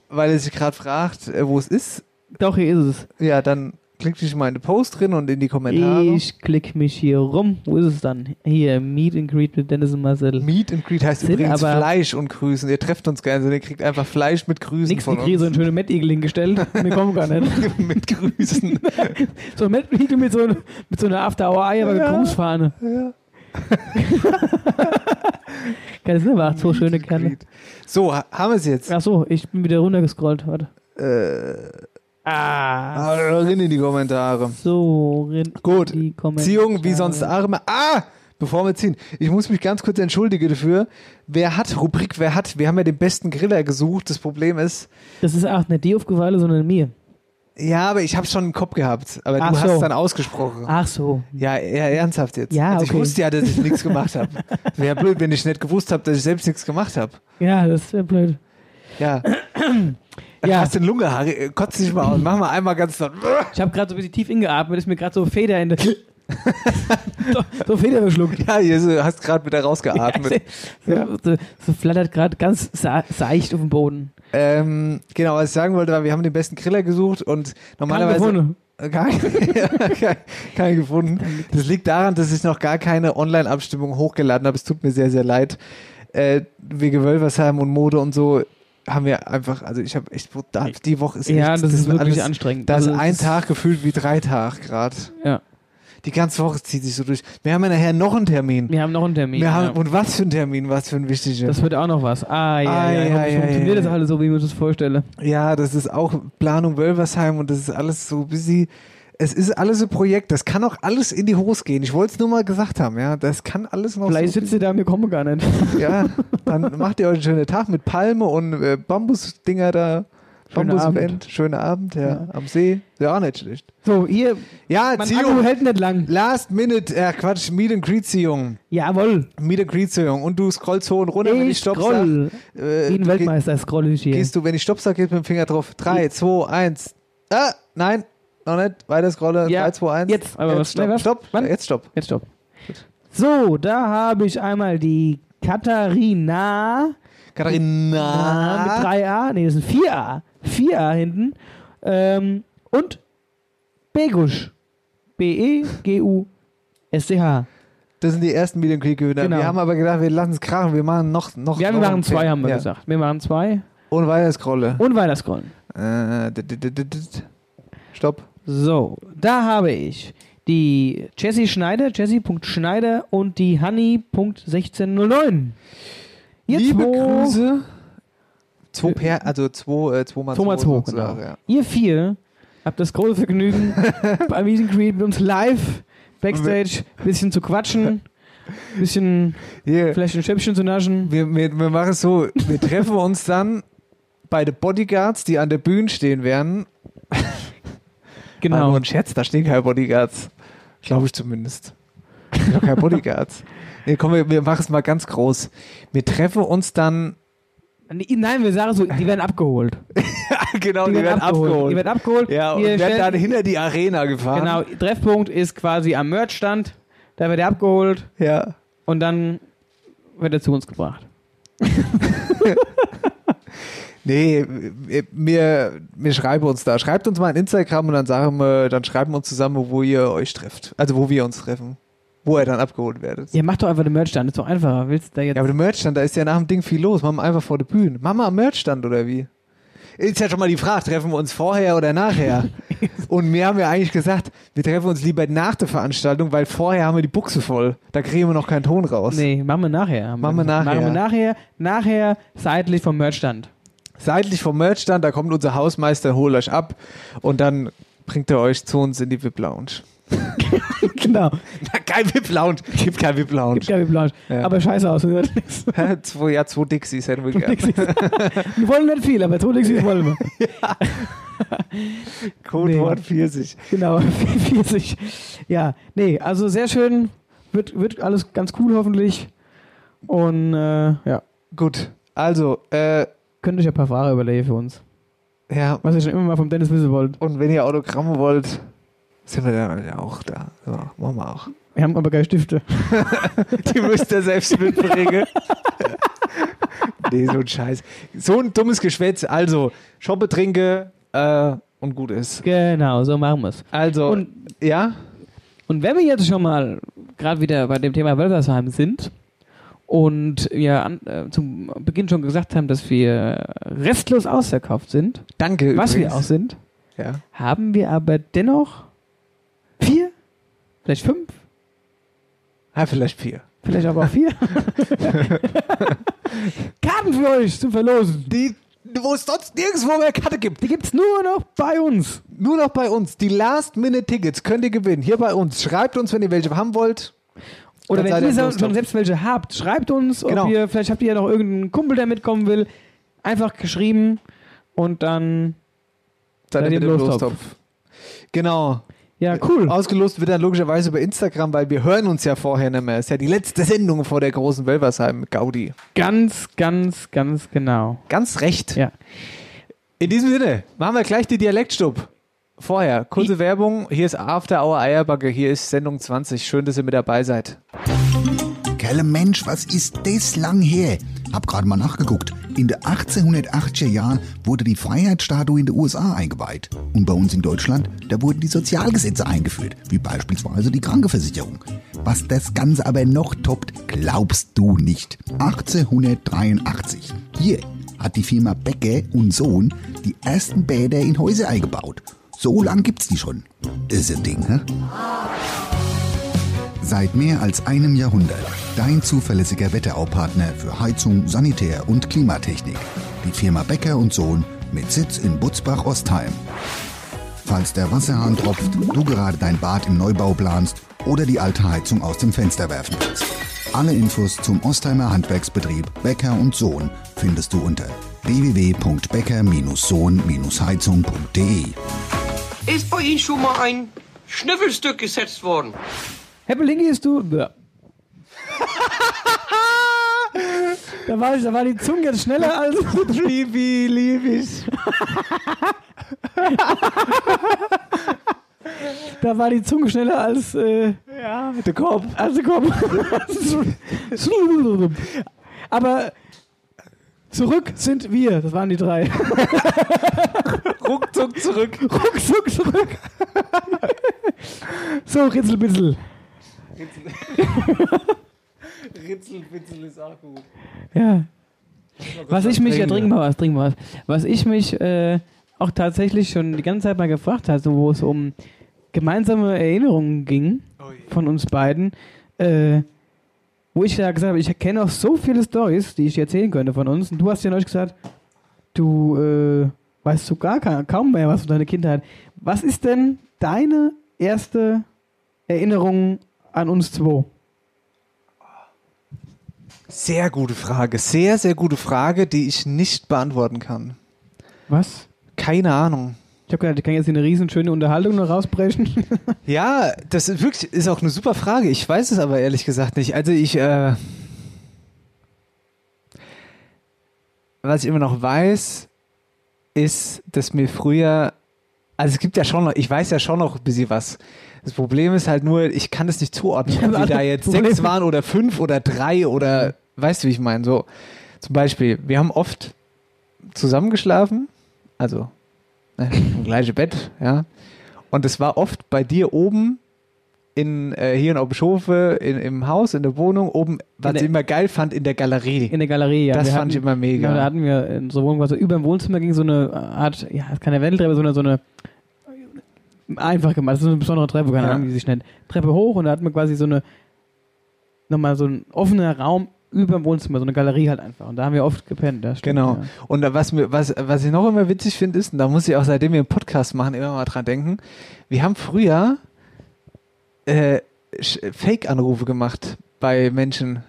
S3: weil er sich gerade fragt, äh, wo es ist.
S4: Doch, hier ist es.
S3: Ja, dann Klick dich mal in den Post drin und in die Kommentare.
S4: Ich klick mich hier rum. Wo ist es dann? Hier, Meet and Greet mit Dennis und Marcel.
S3: Meat and Greet heißt
S4: Sind
S3: übrigens
S4: aber-
S3: Fleisch und Grüßen. Ihr trefft uns gerne, also ihr kriegt einfach Fleisch mit Grüßen
S4: Nix, die
S3: von
S4: kriege so einen schönen Mettigel hingestellt. Wir kommen gar nicht.
S3: uns. mit Grüßen.
S4: So ein Mettigel mit so, mit so einer After-Hour-Ei, aber
S3: Ja.
S4: mit Grußfahne.
S3: Ja.
S4: Geil, das sind aber auch so schöne Kerle.
S3: So, ha- haben wir es jetzt.
S4: Achso, ich bin wieder runtergescrollt. Warte.
S3: Ah, Rein in die Kommentare.
S4: So, rin
S3: Gut,
S4: die Kommentare.
S3: Ziehung wie sonst Arme. Ah! Bevor wir ziehen, ich muss mich ganz kurz entschuldigen dafür. Wer hat, Rubrik Wer hat, wir haben ja den besten Griller gesucht. Das Problem ist,
S4: Das ist auch nicht dir aufgefallen, sondern mir.
S3: ja, aber ich habe schon im Kopf gehabt. Aber
S4: Ach
S3: du hast
S4: so.
S3: dann ausgesprochen.
S4: Ach so.
S3: Ja, ja, ernsthaft jetzt.
S4: Ja,
S3: also ich
S4: okay.
S3: wusste ja, dass ich nichts gemacht habe. Wäre blöd, wenn ich nicht gewusst habe, dass ich selbst nichts gemacht habe.
S4: Ja, das wäre blöd.
S3: Ja.
S4: Ja.
S3: Hast den Lunge, Harry? Äh, Kotz dich mal aus. Mach mal einmal ganz laut.
S4: Ich habe gerade so ein bisschen tief ingeatmet, ist mir gerade so Feder in der. so, so Feder verschluckt.
S3: Ja, Ah, hier so, hast gerade wieder
S4: so,
S3: rausgeatmet.
S4: so, so flattert gerade ganz sa seicht auf dem Boden.
S3: ähm, genau, was ich sagen wollte, war, wir haben den besten Griller gesucht und normalerweise.
S4: gefunden.
S3: Äh, Gar, ja, kein, kein gefunden. Das liegt daran, dass ich noch gar keine Online-Abstimmung hochgeladen habe. Es tut mir sehr, sehr leid. Äh, wegen Wölversheim und Mode und so haben wir einfach, also ich habe echt brutal, die Woche ist
S4: Ja,
S3: echt,
S4: das, ist wirklich
S3: alles-
S4: anstrengend.
S3: Da ist
S4: Also,
S3: ein
S4: das ist-
S3: Tag gefühlt wie drei Tage gerade.
S4: Ja.
S3: Die ganze Woche zieht sich so durch. Wir haben ja nachher noch einen Termin.
S4: Wir haben noch einen Termin.
S3: Wir haben,
S4: ja.
S3: Und was für ein Termin, was für ein wichtiger.
S4: Das wird auch noch was. Ah, ja,
S3: Ah,
S4: ja.
S3: ja,
S4: Ich hoffe, es
S3: ja,
S4: funktioniert
S3: ja,
S4: das
S3: ja.
S4: alles so, wie ich mir das vorstelle.
S3: ja, das ist auch Planung Wölversheim und das ist alles so busy. Es ist alles ein Projekt, das kann auch alles in die Hose gehen. Ich wollte es nur mal gesagt haben, ja. Das kann alles noch
S4: Vielleicht
S3: so
S4: sitzt ihr da, mir kommen gar nicht.
S3: Ja, dann macht ihr euch einen schönen Tag mit Palme und äh, Bambusdinger da.
S4: Schönen
S3: Bambusband, schönen Abend, ja. Am See. Ja, auch nicht schlecht.
S4: So, hier,
S3: Ja,
S4: mein Akku
S3: Ziehung.
S4: hält nicht lang.
S3: Last Minute, äh, Quatsch, Meet and Greet Ziehung.
S4: Jawohl.
S3: Meet and Greet Ziehung. Und du scrollst hoch und runter, wenn ich
S4: Ich
S3: Stopp
S4: scroll.
S3: sag. Äh,
S4: Wie ein
S3: du geh-
S4: Weltmeister scroll ich hier.
S3: Gehst du, wenn ich Stopp sag, gehst mit dem Finger drauf. 3, 2, 1. Ah, nein, noch nicht. Weiter scrolle.
S4: Ja,
S3: 3, 2, 1.
S4: jetzt. Aber was-
S3: jetzt
S4: Nee,
S3: stopp.
S4: was?
S3: stopp.
S4: Wann?
S3: Jetzt stopp.
S4: Jetzt stopp. So, da habe ich einmal die Katharina
S3: Ah.
S4: äh,
S3: Katharina.
S4: mit 3a. Nee, das sind 4a. 4a hinten. Ähm, und Begusch. E B-E-G-U-S-C-H.
S3: Das sind die ersten Meet and Greet Gewinner.
S4: Genau.
S3: Wir haben aber gedacht, wir lassen es krachen. Wir machen noch. noch
S4: Ja, wir
S3: noch einen
S4: machen zwei,
S3: Tipp.
S4: haben wir
S3: Ja.
S4: gesagt. Wir machen zwei.
S3: Und weiter scrolle.
S4: Und weiter scrollen.
S3: Äh, d- d- d- d- d- Stopp.
S4: So, da habe ich die Jessie Schneider, Jessie.Schneider und die Honey.1609. Ihr
S3: Liebe
S4: zwei-
S3: Grüße. Zwei per, also zwei, äh, zweimal
S4: Thomas Hoch, genau.
S3: sozusagen, ja.
S4: Ihr vier habt das große Vergnügen, bei Meet and Greet mit uns live, Backstage, ein bisschen zu quatschen, ein bisschen
S3: Hier,
S4: vielleicht ein Schäppchen zu naschen.
S3: wir, wir, wir machen es so, wir treffen uns dann bei den Bodyguards, die an der Bühne stehen werden. War
S4: Genau.
S3: nur ein Scherz, da stehen keine Bodyguards. Glaube ich zumindest. Da stehen doch keine Bodyguards. Nee, komm, wir, wir machen es mal ganz groß. Wir treffen uns dann.
S4: Nee, Nein, wir sagen so, die werden abgeholt.
S3: genau,
S4: Die werden abgeholt.
S3: ja, und
S4: Ihr
S3: werden
S4: stellt-
S3: dann hinter die Arena gefahren.
S4: Genau, Treffpunkt ist quasi am Merchstand. Da wird er abgeholt
S3: Ja.
S4: und dann wird er zu uns gebracht.
S3: Nee, wir, wir, wir schreiben uns da. Schreibt uns mal in Instagram und dann sagen wir, dann schreiben wir uns zusammen, wo ihr euch trefft. Also wo wir uns treffen. Wo ihr dann abgeholt werdet.
S4: Ja, mach doch einfach den Merchstand, ist doch einfacher. Willst du da jetzt.
S3: Ja, aber der Merchstand, da ist ja nach dem Ding viel los. Machen wir einfach vor der Bühne. Machen wir am Merchstand oder wie? Ist ja schon mal die Frage, treffen wir uns vorher oder nachher? Und wir haben ja eigentlich gesagt, wir treffen uns lieber nach der Veranstaltung, weil vorher haben wir die Buchse voll. Da kriegen wir noch keinen Ton raus.
S4: nee, machen wir nachher.
S3: Machen wir nachher.
S4: Machen wir nachher, nachher seitlich vom Merchstand.
S3: Seitlich vom Merchstand, da kommt unser Hausmeister, holt euch ab und dann bringt er euch zu uns in die VIP-Lounge.
S4: Genau.
S3: Na, kein VIP-Lounge. Gibt kein VIP-Lounge.
S4: Gibt ja wie Blanche.
S3: Ja.
S4: Aber scheiße aus. Wir wollen
S3: Hä, zwei, ja, zwei Dixies hätten wir gerne.
S4: nicht viel, aber Tonixis wollen wir.
S3: Codewort 40.
S4: Genau, 40. Ja, nee, also sehr schön. Wird, wird alles ganz cool hoffentlich. Und äh, ja,
S3: Gut, also, äh,
S4: könnt euch ja ein paar Fahrer überlegen für uns.
S3: ja,
S4: Was ihr schon immer mal vom Dennis wissen wollt.
S3: und wenn ihr Autogramme wollt, sind wir dann ja auch da. So, machen wir auch.
S4: Wir haben aber keine Stifte.
S3: Die müsst ihr selbst mitbringen. nee, so ein Scheiß. So ein dummes Geschwätz. Also, Schoppe trinke, äh, und gut ist.
S4: Genau, so machen wir es.
S3: Also,
S4: Und-
S3: ja,
S4: Und wenn wir jetzt schon mal gerade wieder bei dem Thema Wölfersheim sind und wir an, äh, zum Beginn schon gesagt haben, dass wir restlos ausverkauft sind,
S3: danke.
S4: was
S3: übrigens.
S4: wir auch sind,
S3: Ja.
S4: haben wir aber dennoch vier, vielleicht fünf,
S3: Ah, vielleicht vier.
S4: vielleicht aber auch vier Karten für euch zum Verlosen.
S3: Die, wo es sonst nirgendwo mehr Karte gibt.
S4: Die gibt's nur noch bei uns.
S3: Nur noch bei uns. Die Last-Minute-Tickets könnt ihr gewinnen. Hier bei uns. Schreibt uns, wenn ihr welche haben wollt.
S4: Oder
S3: Dann
S4: wenn ihr
S3: seid
S4: so-
S3: bloß
S4: schon
S3: drauf.
S4: selbst welche habt, schreibt uns, ob
S3: Genau.
S4: ihr, vielleicht habt ihr ja noch irgendeinen Kumpel, der mitkommen will. Einfach geschrieben und dann,
S3: Seid
S4: Seid
S3: ihr
S4: ihr
S3: mit dem
S4: im Lostopf.
S3: Lostopf. Genau.
S4: ja, cool.
S3: Ausgelost wird dann logischerweise über Instagram, weil wir hören uns ja vorher nicht mehr. Ist ja die letzte Sendung vor der großen Wölversheim mit Gaudi.
S4: Ganz, ganz, ganz genau.
S3: Ganz recht.
S4: Ja.
S3: In diesem Sinne, machen wir gleich die Dialektstub. Vorher, kurze Werbung. Hier ist After Hour Eierbacke. Hier ist Sendung 20. Schön, dass ihr mit dabei seid.
S2: Kerle Mensch, was ist das lang her? Hab gerade mal nachgeguckt. In den 1880er Jahren wurde die Freiheitsstatue in den USA eingeweiht. Und bei uns in Deutschland, da wurden die Sozialgesetze eingeführt, wie beispielsweise die Krankenversicherung. Was das Ganze aber noch toppt, glaubst du nicht. 1883. Hier hat die Firma Becke und Sohn die ersten Bäder in Häuser eingebaut. So lang gibt's die schon. Ist ein Ding, hä? Seit mehr als einem Jahrhundert dein zuverlässiger Wetteraupartner für Heizung, Sanitär und Klimatechnik. Die Firma Becker und Sohn mit Sitz in Butzbach-Ostheim. Falls der Wasserhahn tropft, du gerade dein Bad im Neubau planst oder die alte Heizung aus dem Fenster werfen willst. Alle Infos zum Ostheimer Handwerksbetrieb Becker und Sohn findest du unter www.becker-sohn-heizung.de.
S8: Ist bei Ihnen schon mal ein Schnüffelstück gesetzt worden?
S4: Heppelingi ist du. Ja. da, war ich, da war die Zunge jetzt schneller als.
S3: Liebe, liebe ich.
S4: Da war die Zunge schneller als. Äh, ja, der Kopf. Als der Kopf. Aber zurück sind wir. Das waren die drei.
S3: Ruckzuck zurück.
S4: Ruckzuck zurück. so, Ritzelbitzel.
S3: Ritzelwitzel ist auch gut.
S4: Ja. Was ich mich, ja, trink
S3: trinken
S4: mal was, trink mal was. Was ich mich äh, auch tatsächlich schon die ganze Zeit mal gefragt hatte, wo es um gemeinsame Erinnerungen ging
S3: Oh
S4: von uns beiden, äh, wo ich ja gesagt habe, ich kenne auch so viele Stories, die ich dir erzählen könnte von uns. Und du hast ja neulich gesagt, du äh, weißt so gar ka- kaum mehr was von deiner Kindheit. Was ist denn deine erste Erinnerung an uns zwei?
S3: Sehr gute Frage. Sehr, sehr gute Frage, die ich nicht beantworten kann.
S4: Was?
S3: Keine Ahnung.
S4: Ich habe gedacht, ich kann jetzt hier eine riesen schöne Unterhaltung noch rausbrechen.
S3: Ja, das ist wirklich ist auch eine super Frage. Ich weiß es aber ehrlich gesagt nicht. Also ich, äh, was ich immer noch weiß, ist, dass mir früher, also es gibt ja schon noch, ich weiß ja schon noch ein bisschen was. Das Problem ist halt nur, ich kann das nicht zuordnen, ob
S4: aber
S3: die da
S4: andere
S3: jetzt
S4: Probleme.
S3: sechs waren oder fünf oder drei oder, weißt du, wie ich meine? So, zum Beispiel, wir haben oft zusammengeschlafen, also ne, im gleichen Bett, ja. Und es war oft bei dir oben in, äh, hier in Obischofe, in, im Haus, in der Wohnung, oben, was
S4: In der-
S3: ich immer geil fand, in der Galerie.
S4: In der Galerie, ne. ja.
S3: das
S4: Wir
S3: fand ich
S4: hatten-
S3: immer
S4: Ja, da
S3: mega.
S4: hatten wir in so Wohnung, also über dem Wohnzimmer ging so eine Art, ja, keine Wendeltreppe, sondern so eine einfach gemacht, das ist so eine besondere Treppe, keine
S3: Ja.
S4: Ahnung, wie sie sich nennt. Treppe hoch und da hatten wir quasi so eine nochmal so ein offener Raum über dem Wohnzimmer, so eine Galerie halt einfach. Und da haben wir oft gepennt, das stimmt,
S3: Genau.
S4: Ja.
S3: Und da was, mir, was, was ich noch immer witzig finde, ist, und da muss ich auch seitdem wir einen Podcast machen, immer mal dran denken, wir haben früher äh, Sch- Fake-Anrufe gemacht bei Menschen,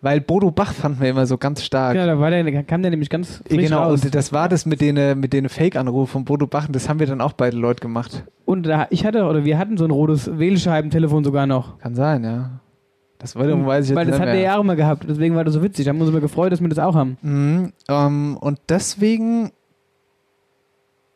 S3: weil Bodo Bach fanden wir immer so ganz stark.
S4: Genau, da war der, kam der nämlich ganz frisch
S3: Genau,
S4: raus.
S3: und das war das mit den, äh, mit den Fake-Anrufen von Bodo Bach, und das haben wir dann auch beide Leute gemacht.
S4: Und da, ich hatte, oder wir hatten so ein rotes Wählscheibentelefon sogar noch.
S3: Kann sein, ja. Das war, weiß ich jetzt
S4: Hm, Weil das
S3: nicht
S4: hat
S3: mehr.
S4: der ja auch immer gehabt, deswegen war das so witzig. Da haben wir uns immer gefreut, dass wir das auch haben.
S3: Mhm, ähm, und deswegen,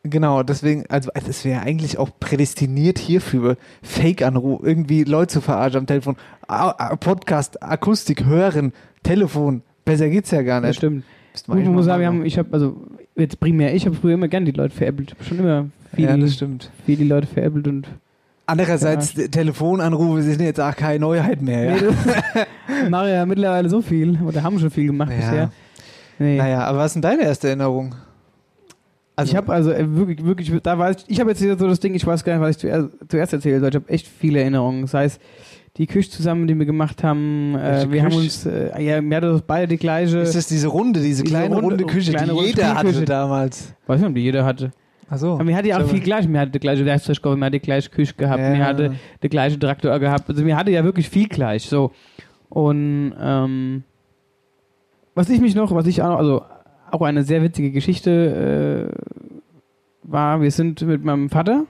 S3: genau, deswegen, also das wäre eigentlich auch prädestiniert hierfür, Fake-Anruf, irgendwie Leute zu verarschen am Telefon, Au- au- Podcast, Akustik, Hören, Telefon, besser geht's ja gar
S4: Das
S3: nicht.
S4: stimmt.
S3: Müsste man
S4: Gut,
S3: eigentlich
S4: man
S3: mal
S4: muss sagen, wir
S3: machen.
S4: haben, ich habe also jetzt primär, ich habe früher immer gern die Leute veräppelt, schon immer Wie
S3: ja,
S4: die-
S3: das stimmt.
S4: Wie die Leute veräppelt und.
S3: Andererseits, Telefonanrufe sind jetzt auch keine Neuheit mehr. Ja.
S4: Nee, das- machen ja mittlerweile so viel. Oder haben schon viel gemacht
S3: Ja.
S4: bisher. Nee.
S3: Naja, aber was ist denn deine erste Erinnerung?
S4: ich habe also äh, wirklich, wirklich, da weiß ich, ich habe jetzt wieder so das Ding, ich weiß gar nicht, was ich zuerst, zuerst erzählt soll. Ich habe echt viele Erinnerungen. Sei es die Küche zusammen, die wir gemacht haben. Äh,
S3: Welche
S4: wir haben
S3: Küche?
S4: uns, äh, ja, wir hatten beide die gleiche.
S3: Ist das diese runde, diese
S4: äh, Diese
S3: kleine runde,
S4: runde- oh,
S3: Küche,
S4: kleine
S3: die
S4: runde
S3: jeder hatte
S4: Spielküche.
S3: damals?
S4: weiß nicht, ob die jeder hatte.
S3: Achso.
S4: Aber wir hatten ja auch viel gleich. Wir hatten die gleiche Werkzeugkoffer, wir hatten die gleiche Küche gehabt, wir hatten den gleichen Traktor gehabt. Also wir hatten ja wirklich viel gleich. So. Und ähm, was ich mich noch, was ich auch, also auch eine sehr witzige Geschichte äh, war, wir sind mit meinem Vater.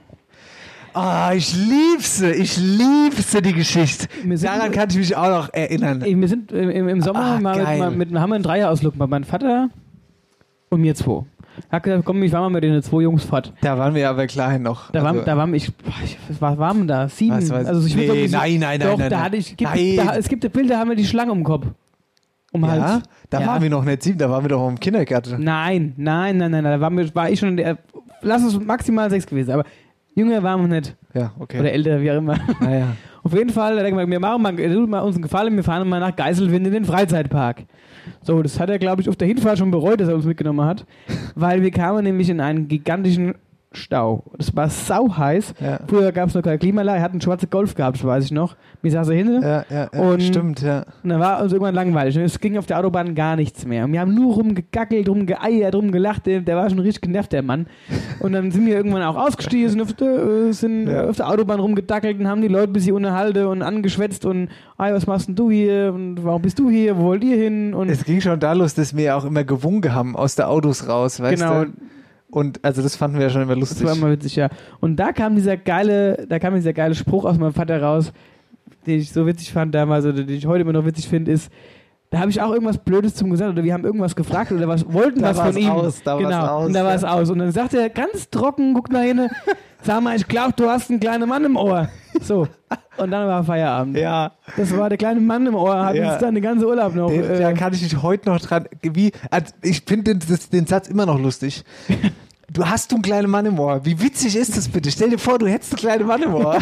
S3: Ah, ich liebse, ich liebse die Geschichte.
S4: Wir sind,
S3: Daran kann ich mich auch noch erinnern.
S4: Ey, wir sind im, im- im Sommer
S3: Ah,
S4: mal mit,
S3: geil.
S4: mal mit einem Hammer einen Dreierausflug bei meinem Vater und mir zwei. Hat gesagt, komm, ich war mal mit den zwei Jungs fort.
S3: Da waren wir aber klein noch.
S4: Da waren,
S3: Also-
S4: da waren ich, boah, ich was war- waren wir da? Sieben.
S3: Was weiß-
S4: also ich würd
S3: Nee,
S4: sagen, so-
S3: nein, nein, nein,
S4: doch,
S3: nein,
S4: Da
S3: nein.
S4: hatte ich, gibt,
S3: Nein.
S4: Da, es gibt Bilder, haben wir die Schlange um den Kopf. Um den
S3: ja,
S4: Hals.
S3: da
S4: Ja.
S3: waren wir noch nicht sieben, da waren wir doch im Kindergarten.
S4: Nein, nein, nein, nein, nein. Da waren wir, war ich schon in der. Lass es maximal sechs gewesen, aber jünger waren wir nicht.
S3: Ja, okay.
S4: Oder älter, wie auch immer.
S3: naja.
S4: Auf jeden Fall, da denken wir, wir machen mal, tut mal uns einen Gefallen, wir fahren mal nach Geiselwind in den Freizeitpark. So, das hat er, glaube ich, auf der Hinfahrt schon bereut, dass er uns mitgenommen hat, weil wir kamen nämlich in einen gigantischen Stau. Das war sau heiß.
S3: Ja.
S4: Früher gab es noch keine Klimalage, er hat einen schwarzen Golf gehabt, das weiß ich noch. Mir saß er hinten
S3: Ja, ja, ja.
S4: Und-
S3: stimmt, ja.
S4: und dann war uns irgendwann langweilig. Und Es ging auf der Autobahn gar nichts mehr. Und wir haben nur rumgegackelt, rumgeeiert, rumgelacht. Der, der war schon richtig genervt, der Mann. Und dann sind wir irgendwann auch ausgestiegen, sind auf der, äh, sind
S3: Ja.
S4: auf der Autobahn rumgedackelt und haben die Leute ein bisschen unterhalten und angeschwätzt und, ey, was machst denn du hier? Und warum bist du hier? Wo wollt ihr hin? Und
S3: Es ging schon da los, dass wir auch immer gewunken haben aus der Autos raus, weißt
S4: Genau.
S3: du? Und also das fanden wir ja schon immer
S4: das
S3: lustig.
S4: war immer witzig, ja. Und da kam dieser geile, da kam dieser geile Spruch aus meinem Vater raus, den ich so witzig fand damals oder den ich heute immer noch witzig finde, ist, da habe ich auch irgendwas Blödes zum gesagt oder wir haben irgendwas gefragt oder was wollten
S3: Da
S4: was
S3: war's
S4: von ihm.
S3: aus, da war's
S4: genau.
S3: aus,
S4: Und da war
S3: ja.
S4: es aus. Und dann sagt er ganz trocken, guckt nach hinten, ne, sag mal, ich glaube, du hast einen kleinen Mann im Ohr. So. Und dann war Feierabend.
S3: ja.
S4: Das war der kleine Mann im Ohr, hat
S3: Ja.
S4: uns dann den ganzen Urlaub noch.
S3: Den, da
S4: äh,
S3: kann ich mich heute noch dran. Wie, als- ich finde den, das- den Satz immer noch lustig. Du hast du einen kleinen Mann im Ohr. Wie witzig ist das bitte? Stell dir vor, du hättest einen kleinen Mann im Ohr.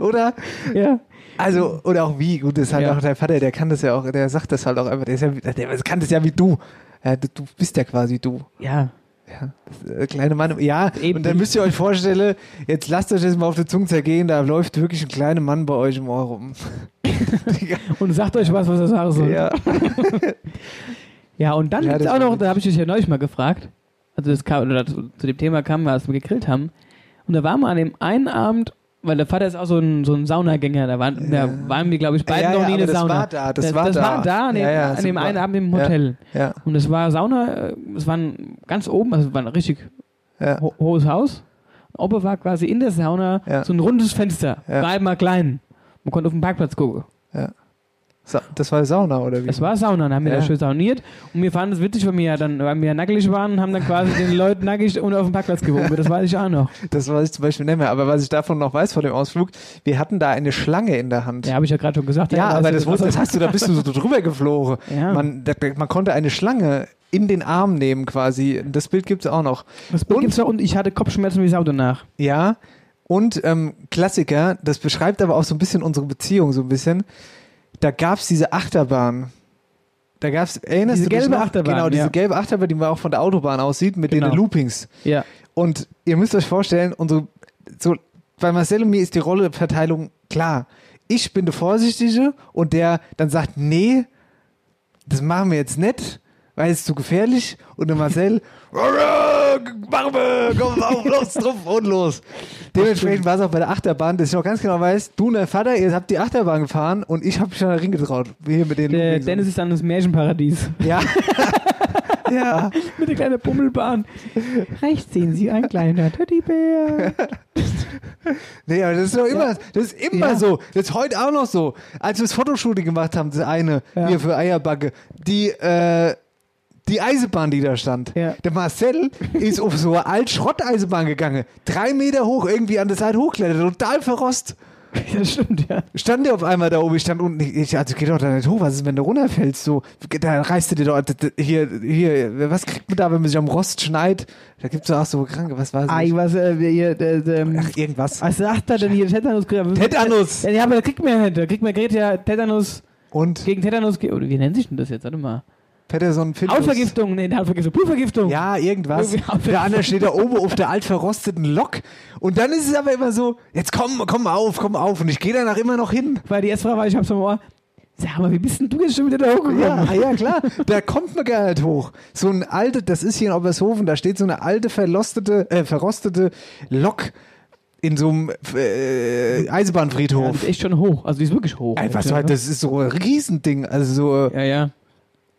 S3: oder?
S4: ja.
S3: Also, oder auch wie. Gut, das ist halt
S4: Ja.
S3: auch dein Vater, der kann das ja auch, der sagt das halt auch einfach. Der, ist ja, wie- der kann das ja wie du. Ja, du, du bist ja quasi du.
S4: ja.
S3: Äh, kleine Mann, im- ja,
S4: Eben.
S3: und dann müsst ihr euch vorstellen, jetzt lasst euch das mal auf die Zunge zergehen, da läuft wirklich ein kleiner Mann bei euch im Ohr rum.
S4: Und sagt euch was, was er sagen soll.
S3: ja.
S4: Ja, und dann
S3: Ja,
S4: gibt's
S3: das
S4: auch
S3: war
S4: noch, da habe ich dich ja neulich mal gefragt, also das kam, oder zu, zu dem Thema kam, als wir gegrillt haben. Und da waren wir an dem einen Abend, weil der Vater ist auch so ein, so ein Saunagänger, da waren, da waren wir, glaube ich, beide
S3: Ja,
S4: noch
S3: ja,
S4: nie in
S3: aber
S4: der
S3: das
S4: Sauna.
S3: war da, das war
S4: das
S3: da.
S4: war da an dem,
S3: Ja, ja,
S4: an dem
S3: super.
S4: einen Abend im Hotel.
S3: Ja,
S4: Und es war Sauna, äh, es waren ganz oben, also es war ein richtig
S3: ja,
S4: ho hohes Haus. Und oben war quasi in der Sauna
S3: Ja.
S4: so ein rundes Fenster,
S3: Ja.
S4: war immer klein. Man konnte auf den Parkplatz gucken.
S3: Sa das war Sauna, oder wie?
S4: Es war Sauna, dann haben wir
S3: Ja.
S4: da schön sauniert und wir fanden es witzig, weil wir ja dann, weil wir ja nackelig waren, haben dann quasi den Leuten nackig und auf dem Parkplatz gewunken. Das weiß ich auch noch.
S3: Das weiß ich zum Beispiel nicht mehr, aber was ich davon noch weiß vor dem Ausflug, wir hatten da eine Schlange in der Hand.
S4: Ja, habe ich ja gerade schon gesagt.
S3: Ja,
S4: da
S3: aber
S4: ist
S3: das, wurde- das hast du, da bist du so drüber geflogen.
S4: Ja.
S3: Man, da, man konnte eine Schlange in den Arm nehmen quasi. Das Bild gibt es auch noch.
S4: Das Bild
S3: Und-
S4: gibt's doch und ich hatte Kopfschmerzen wie Sau danach.
S3: Ja, und ähm, Klassiker, das beschreibt aber auch so ein bisschen unsere Beziehung, so ein bisschen. Da gab es diese Achterbahn. Da gab es, erinnerst
S4: Diese
S3: du dich
S4: gelbe
S3: noch?
S4: Achterbahn,
S3: Genau, diese
S4: ja.
S3: gelbe Achterbahn, die man auch von der Autobahn aussieht, mit
S4: Genau.
S3: den Loopings.
S4: Ja.
S3: Und ihr müsst euch vorstellen, unsere, so, bei Marcel und mir ist die Rollenverteilung klar. Ich bin der Vorsichtige und der dann sagt, nee, das machen wir jetzt nicht, weil es ist zu gefährlich. Und der Marcel, Oh machen wir, komm auf, los, trumpf und los. Dementsprechend war es auch bei der Achterbahn, dass ich noch ganz genau weiß, du und dein Vater, ihr habt die Achterbahn gefahren und ich habe mich an den Ring getraut. Hier mit den
S4: Der
S3: Loopings.
S4: Dennis ist dann das Märchenparadies.
S3: Ja. ja.
S4: Mit der kleinen Bummelbahn. Rechts sehen Sie ein kleiner Teddybär.
S3: Nee, aber das ist doch immer, das ist immer
S4: Ja.
S3: so. Das ist heute auch noch so. Als wir das Fotoshooting gemacht haben, das eine
S4: Ja.
S3: hier für Eierbacke, die, äh, die Eisenbahn, die da stand.
S4: Ja.
S3: Der Marcel ist auf so eine Alt-Schrott-Eisenbahn gegangen. Drei Meter hoch, irgendwie an der Seite hochklettert, total verrost.
S4: Das stimmt, ja.
S3: Stand dir auf einmal da oben, ich stand unten, ich, also geh doch da nicht hoch, was ist, wenn du runterfällst, so, da reißt du dir doch, d- d- hier, hier, was kriegt man da, wenn man sich am Rost schneit, da gibt's doch auch so Kranke, was weiß
S4: Ah, ich
S3: ich,
S4: weiß, äh, hier, äh, ähm,
S3: ach, irgendwas,
S4: was sagt er denn hier? Tetanus.
S3: Tetanus.
S4: Ja, aber da kriegt man ja nicht. Da kriegt man kriegt ja Tetanus
S3: und
S4: gegen Tetanus. ge- Oder wie nennt sich denn das jetzt? Warte mal.
S3: Patterson Findus.
S4: Hautvergiftung. Nee, nicht Hautvergiftung. Blutvergiftung.
S3: Ja, irgendwas.
S4: Irgendwie auf-
S3: Der andere steht da oben auf der alt verrosteten Lok. Und dann ist es aber immer so, jetzt komm, komm auf, komm auf. Und ich gehe danach immer noch hin.
S4: Weil die erste Frage war, ich hab's am Ohr. Sag mal, wie bist denn du jetzt schon wieder da hochgekommen?
S3: Ja, ah ja, klar. Da kommt man gar nicht hoch. So ein alte, das ist hier in Obershofen, da steht so eine alte, verlostete, äh, verrostete Lok in so einem äh,
S4: Ja, die
S3: Eisenbahnfriedhof.
S4: ist echt schon hoch. Also die ist wirklich hoch.
S3: Ey, was soll das? ist so ein Riesending. Also so, äh,
S4: Ja, ja.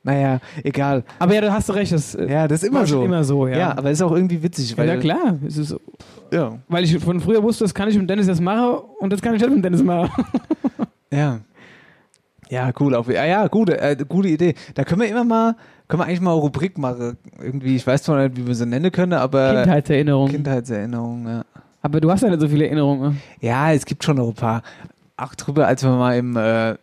S3: naja, egal.
S4: Aber ja, da hast du recht. Das äh,
S3: Ja, das ist immer
S4: war schon
S3: so.
S4: Immer so, ja.
S3: ja. aber ist auch irgendwie witzig.
S4: Ja,
S3: Weil,
S4: na klar. Es ist,
S3: Ja.
S4: weil ich von früher wusste, das kann ich mit Dennis jetzt machen und das kann ich nicht mit Dennis machen.
S3: Ja. Ja, cool. Auf, ja, ja, gute, äh, gute Idee. Da können wir immer mal, können wir eigentlich mal eine Rubrik machen. Irgendwie, ich weiß zwar nicht, wie wir sie nennen können, aber
S4: Kindheitserinnerung.
S3: Kindheitserinnerungen. Ja.
S4: Aber du hast ja nicht so viele Erinnerungen. ne?
S3: ja, es gibt schon noch ein paar. Ach, drüber, als wir mal im äh,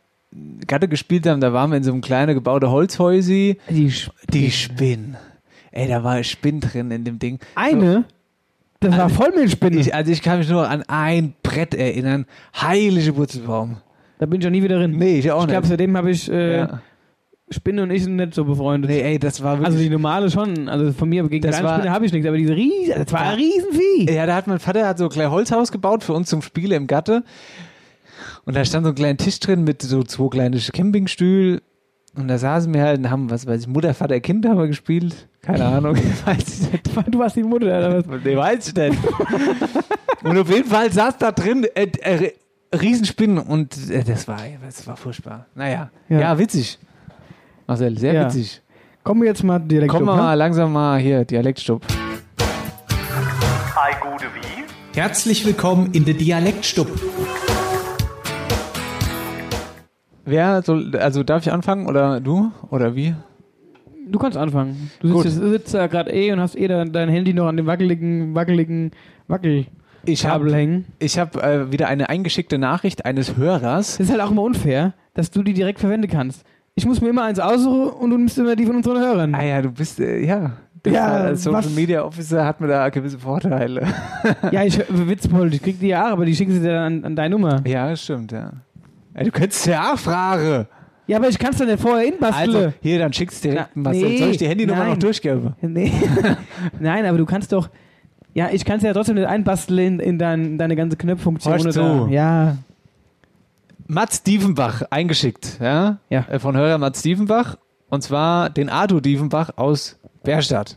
S3: Gatte gespielt haben, da waren wir in so einem kleinen gebauten Holzhäusi.
S4: Die
S3: Die Spinn. Ey, da war Spinn drin in dem Ding.
S4: eine, das war Vollmilchspinne.
S3: Äh, Ich, also ich kann mich nur an ein Brett erinnern. Heilige Wurzelbaum.
S4: da bin ich auch nie wieder drin.
S3: Nee, ich auch
S4: ich
S3: nicht.
S4: glaube, seitdem habe ich äh,
S3: ja.
S4: Spinne und ich sind nicht so befreundet.
S3: Nee, ey, das war wirklich...
S4: Also die normale schon. Also von mir gegen
S3: Das
S4: kleine
S3: war-
S4: Spinne habe ich nichts, aber diese riesen, das war
S3: Ja.
S4: ein Riesenvieh.
S3: Ja, da hat mein Vater hat so ein kleines Holzhaus gebaut für uns zum Spiele im Gatte. Und da stand so ein kleiner Tisch drin mit so zwei kleinen Campingstühlen. Und da saßen wir halt und haben, was weiß ich, Mutter, Vater, Kind haben wir gespielt. Keine Ahnung, weiß ich nicht.
S4: Du warst die Mutter, oder was?
S3: Nee, weiß ich nicht. und auf jeden Fall saß da drin äh, äh, Riesenspinnen und äh, das war, das war furchtbar. Naja,
S4: Ja.
S3: ja, witzig. Marcel, sehr
S4: Ja.
S3: witzig.
S4: Kommen wir jetzt mal direkt
S3: Kommen wir
S4: um, ne?
S3: mal langsam mal hier, Dialektstopp.
S7: Herzlich willkommen in der Dialektstub.
S3: Wer soll, also darf ich anfangen oder du oder wie?
S4: Du kannst anfangen. Du
S3: Gut.
S4: sitzt, sitzt da gerade eh und hast eh dein, dein Handy noch an dem wackeligen, wackeligen Wackelkabel
S3: Ich habe
S4: hängen.
S3: ich hab, äh, wieder eine eingeschickte Nachricht eines Hörers.
S4: Das ist halt auch immer unfair, dass du die direkt verwenden kannst. Ich muss mir immer eins aussuchen und du nimmst immer die von unseren Hörern.
S3: Ah ja, du bist, äh, ja. Der
S4: Ja,
S3: als Social
S4: was-
S3: Media Officer hat man da gewisse Vorteile.
S4: Ja, ich äh, Witzbold, ich krieg die ja auch, aber die schicken sie dir dann an, an deine Nummer.
S3: Ja, stimmt, ja. Ey, du könntest ja auch fragen.
S4: Ja, aber ich kann es dann ja vorher
S3: Also,
S4: inbasteln.
S3: hier, dann schickst du direkt
S4: Na,
S3: einen Marcel.
S4: nee,
S3: Soll ich die Handynummer
S4: nein.
S3: noch durchgeben?
S4: Nee. Nein, aber du kannst doch. Ja, ich kann es ja trotzdem nicht einbasteln in, in dein, deine ganze Knöpffunktion.
S3: Hörst
S4: oder-
S3: du?
S4: Ja.
S3: Mats Diefenbach, eingeschickt, ja?
S4: Ja.
S3: Äh, Von Hörer Mats Diefenbach. Und zwar den Arthur Diefenbach aus Bärstadt.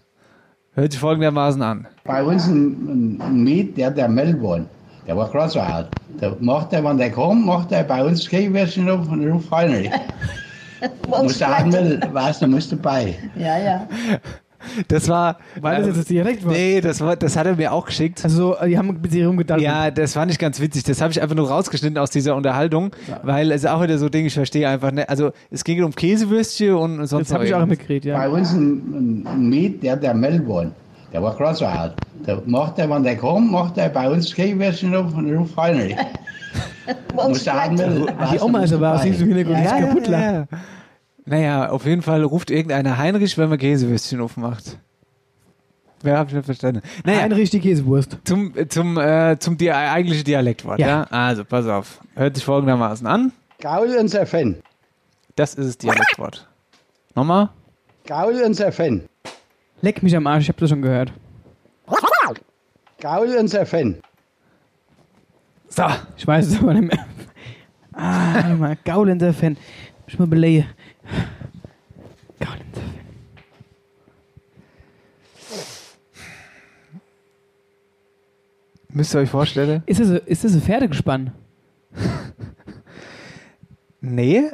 S3: Hört sich folgendermaßen an.
S9: bei uns ein, ein Miet, der der Melbourne, der war gerade so alt. Der macht er, wenn der kommt, macht er bei uns Gegenwärtschen auf und ruft Heinrich. musst du anmelden, weißt du, musst du bei.
S10: Ja, ja.
S3: Das war. ähm,
S4: Weil das jetzt das direkt war.
S3: äh, Nee, das, war, das hat er mir auch geschickt.
S4: Also, die haben mit sich rumgedacht.
S3: Ja, das war nicht ganz witzig. Das habe ich einfach nur rausgeschnitten aus dieser Unterhaltung, weil es auch wieder so Dinge, ich verstehe einfach nicht. Also es ging um Käsewürstchen und sonst
S4: das habe
S3: noch
S4: ich auch
S3: irgendwas.
S4: mitgekriegt, ja.
S9: Bei uns ein, ein Miet, der der Melbourne, der war gerade so alt. Der macht er, wenn der kommt, macht er bei uns Gegenwärtschen auf und ruft Heinrich. musst du anmelden.
S4: Die
S9: weißt du,
S4: Oma ist
S9: musst du
S4: aber aus
S9: bei.
S4: diesem Hintergrund
S3: ja,
S4: ist
S3: ja,
S4: kaputt.
S3: ja, ja. Naja, auf jeden Fall ruft irgendeiner Heinrich, wenn man Käsewürstchen aufmacht. Ja, hab ich nicht verstanden. Naja,
S4: Heinrich die Käsewurst.
S3: zum, äh, zum, äh, zum Dia eigentlichen Dialektwort.
S4: Ja.
S3: Ja. Also, pass auf. Hört sich folgendermaßen an.
S9: Gaul unser Fan,
S3: Das ist das Dialektwort. Nochmal.
S9: Gaul unser Fan,
S4: Leck mich am Arsch, ich habe das schon gehört.
S9: Gaul unser Fan.
S3: So.
S4: Ich weiß es aber nicht mehr. Ah, warte mal, Gaulenzer Fan. Ich mal belege. Gaulenzer Fan.
S3: Müsst ihr euch vorstellen?
S4: Ist das, ein- ist das ein Pferdegespann?
S3: Nee,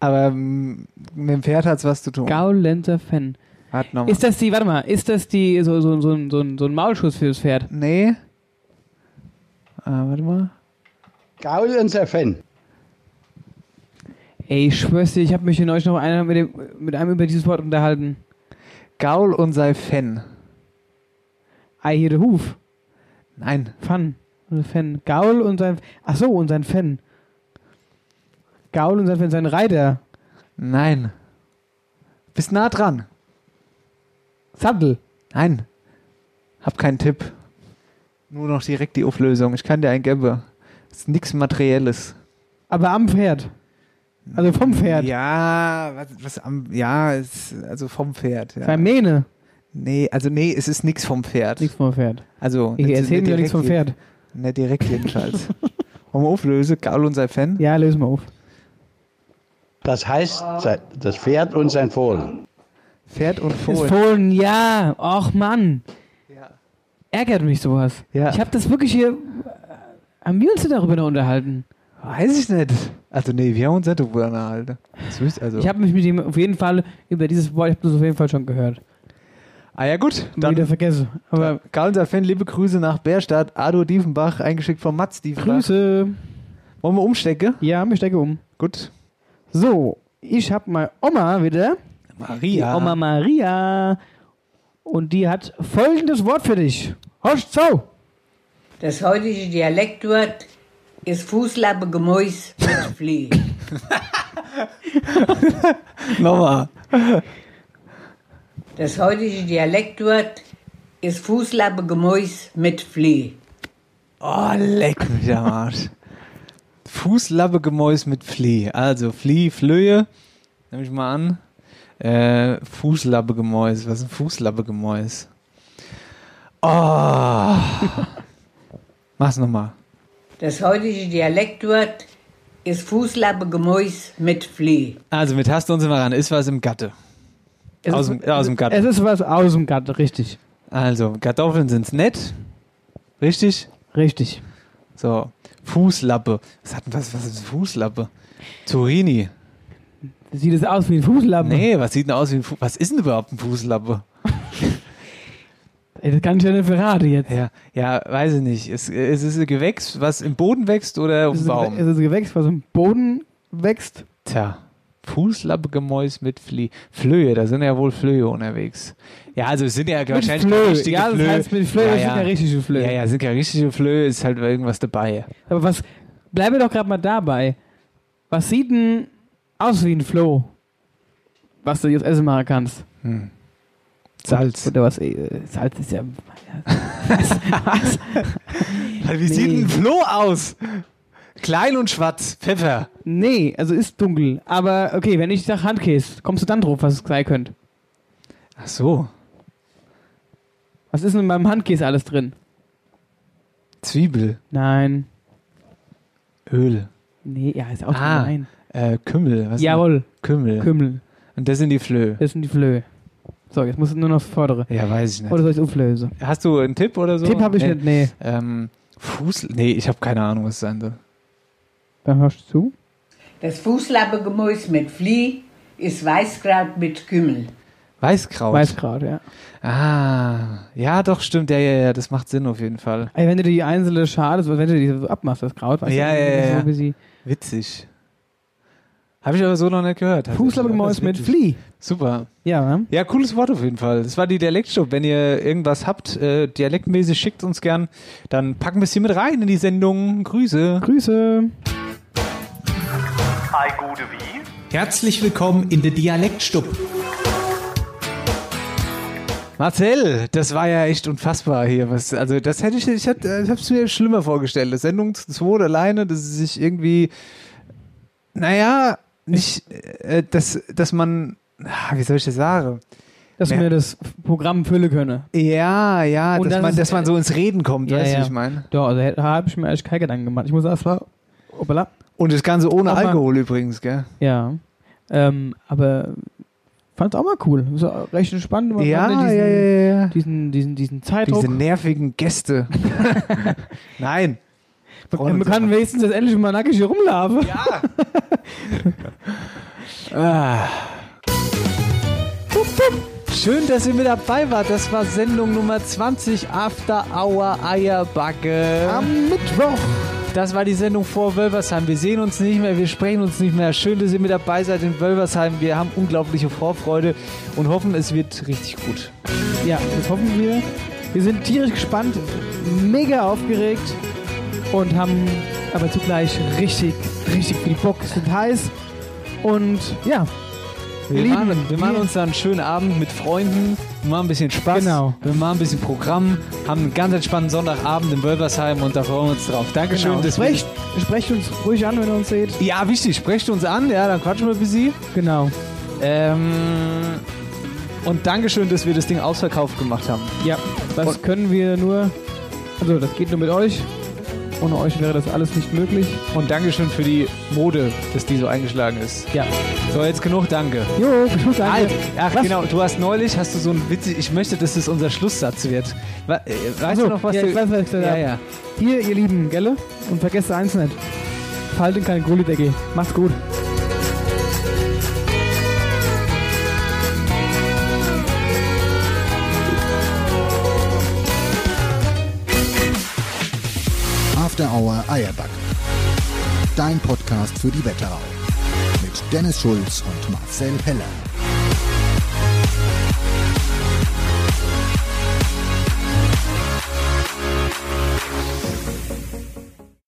S3: aber mm, mit dem Pferd hat's was zu tun.
S4: Gaulenzer Fan.
S3: Hat nochmal.
S4: Ist das die, warte mal, ist das die, so, so, so, ein- so, ein- so ein Maulschuss fürs Pferd?
S3: Nee. Ah, warte mal.
S9: Gaul unser Fan.
S4: Ey, ich schwör's dir, ich habe mich in euch noch einer mit, dem, mit einem über dieses Wort unterhalten.
S3: Gaul und sei Fan.
S4: Ei, hier der Huf.
S3: Nein.
S4: Pfann. Fan. Gaul und sein. Ach so, und sein Fan. Gaul und sein Fan, sein Reiter.
S3: Nein. Bist nah dran.
S4: Sattel.
S3: Nein. Hab keinen Tipp. Nur noch direkt die Auflösung. Ich kann dir einen geben. Ist nichts Materielles.
S4: Aber am Pferd. Also vom Pferd.
S3: Ja, was, was am, ja, es, also vom Pferd. Ja.
S4: Sein Mähne.
S3: Nee, also nee, es ist nichts vom Pferd.
S4: Nichts vom Pferd.
S3: Also,
S4: Ich
S3: nicht-
S4: erzähle
S3: nicht
S4: dir nichts vom
S3: direkt
S4: Pferd.
S3: je- Nicht Ne, direkt jedenfalls. Wollen wir auflösen? Gaul und sein Fan?
S4: Ja, lösen wir auf.
S9: Das heißt, sein- das Pferd und sein Fohlen.
S3: Pferd und
S4: Fohlen.
S3: Fohlen.
S4: Das Fohlen, ja. Och, Mann. Ärgert mich sowas.
S3: Ja.
S4: Ich habe das wirklich hier. Haben wir uns denn darüber noch unterhalten?
S3: Weiß ich nicht. Also nee, wir haben uns nicht drüber unterhalten. Das wisst- Also.
S4: Ich habe mich mit ihm auf jeden Fall über dieses Wort, ich habe das auf jeden Fall schon gehört.
S3: ah ja gut,
S4: Dann wieder
S3: dann
S4: vergessen. Aber
S3: Gaul und sein Fan, liebe Grüße nach Bärstadt, Ado Diefenbach, eingeschickt von Mats Diefenbach.
S4: Grüße.
S3: Wollen wir umstecken?
S4: Ja, ich stecke um.
S3: Gut.
S4: So, ich habe meine Oma wieder.
S3: Maria.
S4: Die Oma Maria. Und die hat folgendes Wort für dich. Horst so.
S10: Das heutige Dialektwort ist Fußlappe Gemäus mit Flieh.
S3: Nochmal.
S10: Das heutige Dialektwort ist Fußlappe Gemäus mit Flieh.
S3: Oh, leck mich am Arsch. Fußlabbegemäus mit Flieh. Also Flieh, Flöhe. Nehme ich mal an. Äh, Fußlabbegemäus. Was ist ein Fußlabbegemäus? Oh. Mach's nochmal.
S10: Das heutige Dialektwort ist Fußlappe Gemäus mit Flieh.
S3: Also mit Taste und sind wir ran. Ist was im Gatte. Aus dem, aus dem
S4: Es
S3: Gatte.
S4: ist was aus dem Garten, richtig.
S3: Also Kartoffeln sind's nett. Richtig?
S4: Richtig.
S3: So. Fußlappe. Was hat denn was? Was ist ein Fußlappe? Turini.
S4: Sieht es aus wie ein Fußlappen?
S3: Nee, was sieht denn aus wie ein Fu Was ist denn überhaupt ein Fußlappe?
S4: Ey, das kann ich ja nicht verraten jetzt.
S3: Ja, ja, weiß ich nicht. Es, es ist ein Gewächs, was im Boden wächst oder auf
S4: Es
S3: dem
S4: ist,
S3: Baum?
S4: es ist ein Gewächs, was im Boden wächst.
S3: Tja, Fußlappengemäus mit Flie Flöhe, da sind ja wohl Flöhe unterwegs. Ja, also es sind ja wahrscheinlich keine
S4: Flöhe.
S3: richtige
S4: Ja, das
S3: Flöhe.
S4: heißt, mit Flöhe
S3: ja,
S4: sind ja richtige Flöhe.
S3: Ja, ja, sind ja richtige Flöhe, ist halt irgendwas dabei.
S4: Aber was, bleibe doch gerade mal dabei. Was sieht denn aus wie ein Floh? Was du jetzt essen machen kannst.
S3: Hm. Salz.
S4: Oder was, äh, Salz ist ja... was, was?
S3: Wie sieht ein Floh aus? Klein und schwarz, Pfeffer.
S4: Nee, also ist dunkel. Aber okay, wenn ich sage Handkäse, kommst du dann drauf, was es sein könnte.
S3: Ach so,
S4: Was ist denn in meinem Handkäse alles drin?
S3: Zwiebel,
S4: Nein.
S3: Öl,
S4: Nee, ja, ist auch
S3: Ah,
S4: drin. Nein.
S3: äh, Kümmel. Was
S4: Jawohl,
S3: Kümmel.
S4: Kümmel.
S3: Und das sind die Flöhe.
S4: Das sind die Flöhe. So, jetzt musst du nur noch vordere.
S3: Ja, weiß ich nicht.
S4: Oder soll ich es auflösen?
S3: Hast du einen Tipp oder so?
S4: Tipp habe ich nicht, nee.
S3: Ähm, Fuß. Nee, ich habe keine Ahnung, was sein soll.
S4: Dann hörst du zu.
S10: Das Fußlappe Gemäus mit Flieh ist Weißkraut mit Kümmel.
S3: Weißkraut.
S4: Weiß gerade, ja.
S3: Ah, ja, doch, stimmt. Ja, ja, ja, das macht Sinn auf jeden Fall.
S4: Ey, wenn du die einzelne Schale, wenn du die so abmachst, das Kraut, weißt
S3: Ja,
S4: du,
S3: ja, ja,
S4: so
S3: ja.
S4: wie sie.
S3: Witzig. Habe ich aber so noch nicht gehört. tatsächlich.
S4: Fußlappgemäus
S3: Aber
S4: mit
S3: das ist
S4: Flieh.
S3: witzig. Super.
S4: Ja, ne?
S3: Ja, cooles Wort auf jeden Fall. Das war die Dialektstub. Wenn ihr irgendwas habt, äh, dialektmäßig, schickt uns gern. Dann packen wir es hier mit rein in die Sendung. Grüße.
S4: Grüße.
S7: Herzlich willkommen in der Dialektstub.
S3: Marcel, das war ja echt unfassbar hier. Was, also das hätte ich, ich hätte, ich habe es mir schlimmer vorgestellt. Das Sendung zu zweit alleine, dass es sich irgendwie, naja, nicht, äh, dass, dass man, ah, wie soll ich das sagen?
S4: Dass
S3: Ja.
S4: wir das Programm füllen können.
S3: Ja, ja,
S4: Und
S3: dass
S4: das
S3: man,
S4: ist,
S3: dass man so ins Reden kommt,
S4: ja,
S3: weißt du,
S4: ja.
S3: wie ich meine?
S4: Ja, also da habe ich mir eigentlich keine Gedanken gemacht. Ich muss erst mal. Hoppala.
S3: Und das Ganze ohne
S4: Aber-
S3: Alkohol übrigens, gell?
S4: Ja. Ähm, aber fand's auch mal cool. Ist auch recht entspannt. Man
S3: Ja,
S4: hatte
S3: ja,
S4: diesen,
S3: ja, ja, ja.
S4: diesen, diesen, diesen Zeitdruck.
S3: Diese nervigen Gäste. Nein.
S4: ja, wir können wenigstens jetzt endlich mal nackig hier rumlaufen.
S3: Ah. Schön, dass ihr mit dabei wart. Das war Sendung Nummer 20, After Hour Eierbacke.
S4: Am Mittwoch.
S3: Das war die Sendung vor Wölversheim. Wir sehen uns nicht mehr, wir sprechen uns nicht mehr. Schön, dass ihr mit dabei seid in Wölversheim. Wir haben unglaubliche Vorfreude und hoffen, es wird richtig gut.
S4: Ja, das hoffen wir. Wir sind tierisch gespannt, mega aufgeregt und haben aber zugleich richtig, richtig viel Bock, sind heiß und ja.
S3: Wir machen, wir machen uns dann einen schönen Abend mit Freunden, wir machen ein bisschen Spaß,
S4: Genau.
S3: wir machen ein bisschen Programm, haben einen ganz entspannten Sonntagabend in Wölversheim und da freuen wir uns drauf. Dankeschön.
S4: Genau.
S3: dass wir-
S4: Sprecht, sprecht uns ruhig an, wenn ihr uns seht.
S3: Ja, wichtig, sprecht uns an, ja, dann quatschen wir ein bisschen.
S4: Genau.
S3: Ähm, und Dankeschön, dass wir das Ding ausverkauft gemacht haben.
S4: Ja, das können wir nur. Also, das geht nur mit euch. Ohne euch wäre das alles nicht möglich.
S3: Und Dankeschön für die Mode, dass die so eingeschlagen ist.
S4: Ja. Halt.
S3: So, jetzt genug, danke.
S4: Jo, genug
S3: Alt.
S4: danke.
S3: Ach
S4: Was?
S3: genau, du hast neulich, hast du so ein Witz, ich möchte, dass es unser Schlusssatz wird. Wa- äh, Weißt
S4: Achso,
S3: du noch, was
S4: ja,
S3: du...
S4: ich weiß, was ich gesagt
S3: ja,
S4: hab.
S3: ja.
S4: Ihr, ihr Lieben, gelle? Und vergesst eins nicht. Fallt in keine Gullidecke. Macht's gut.
S2: After Hour Eierback. Dein Podcast für die Wetterau. Mit Dennis Schulz und Marcel Heller.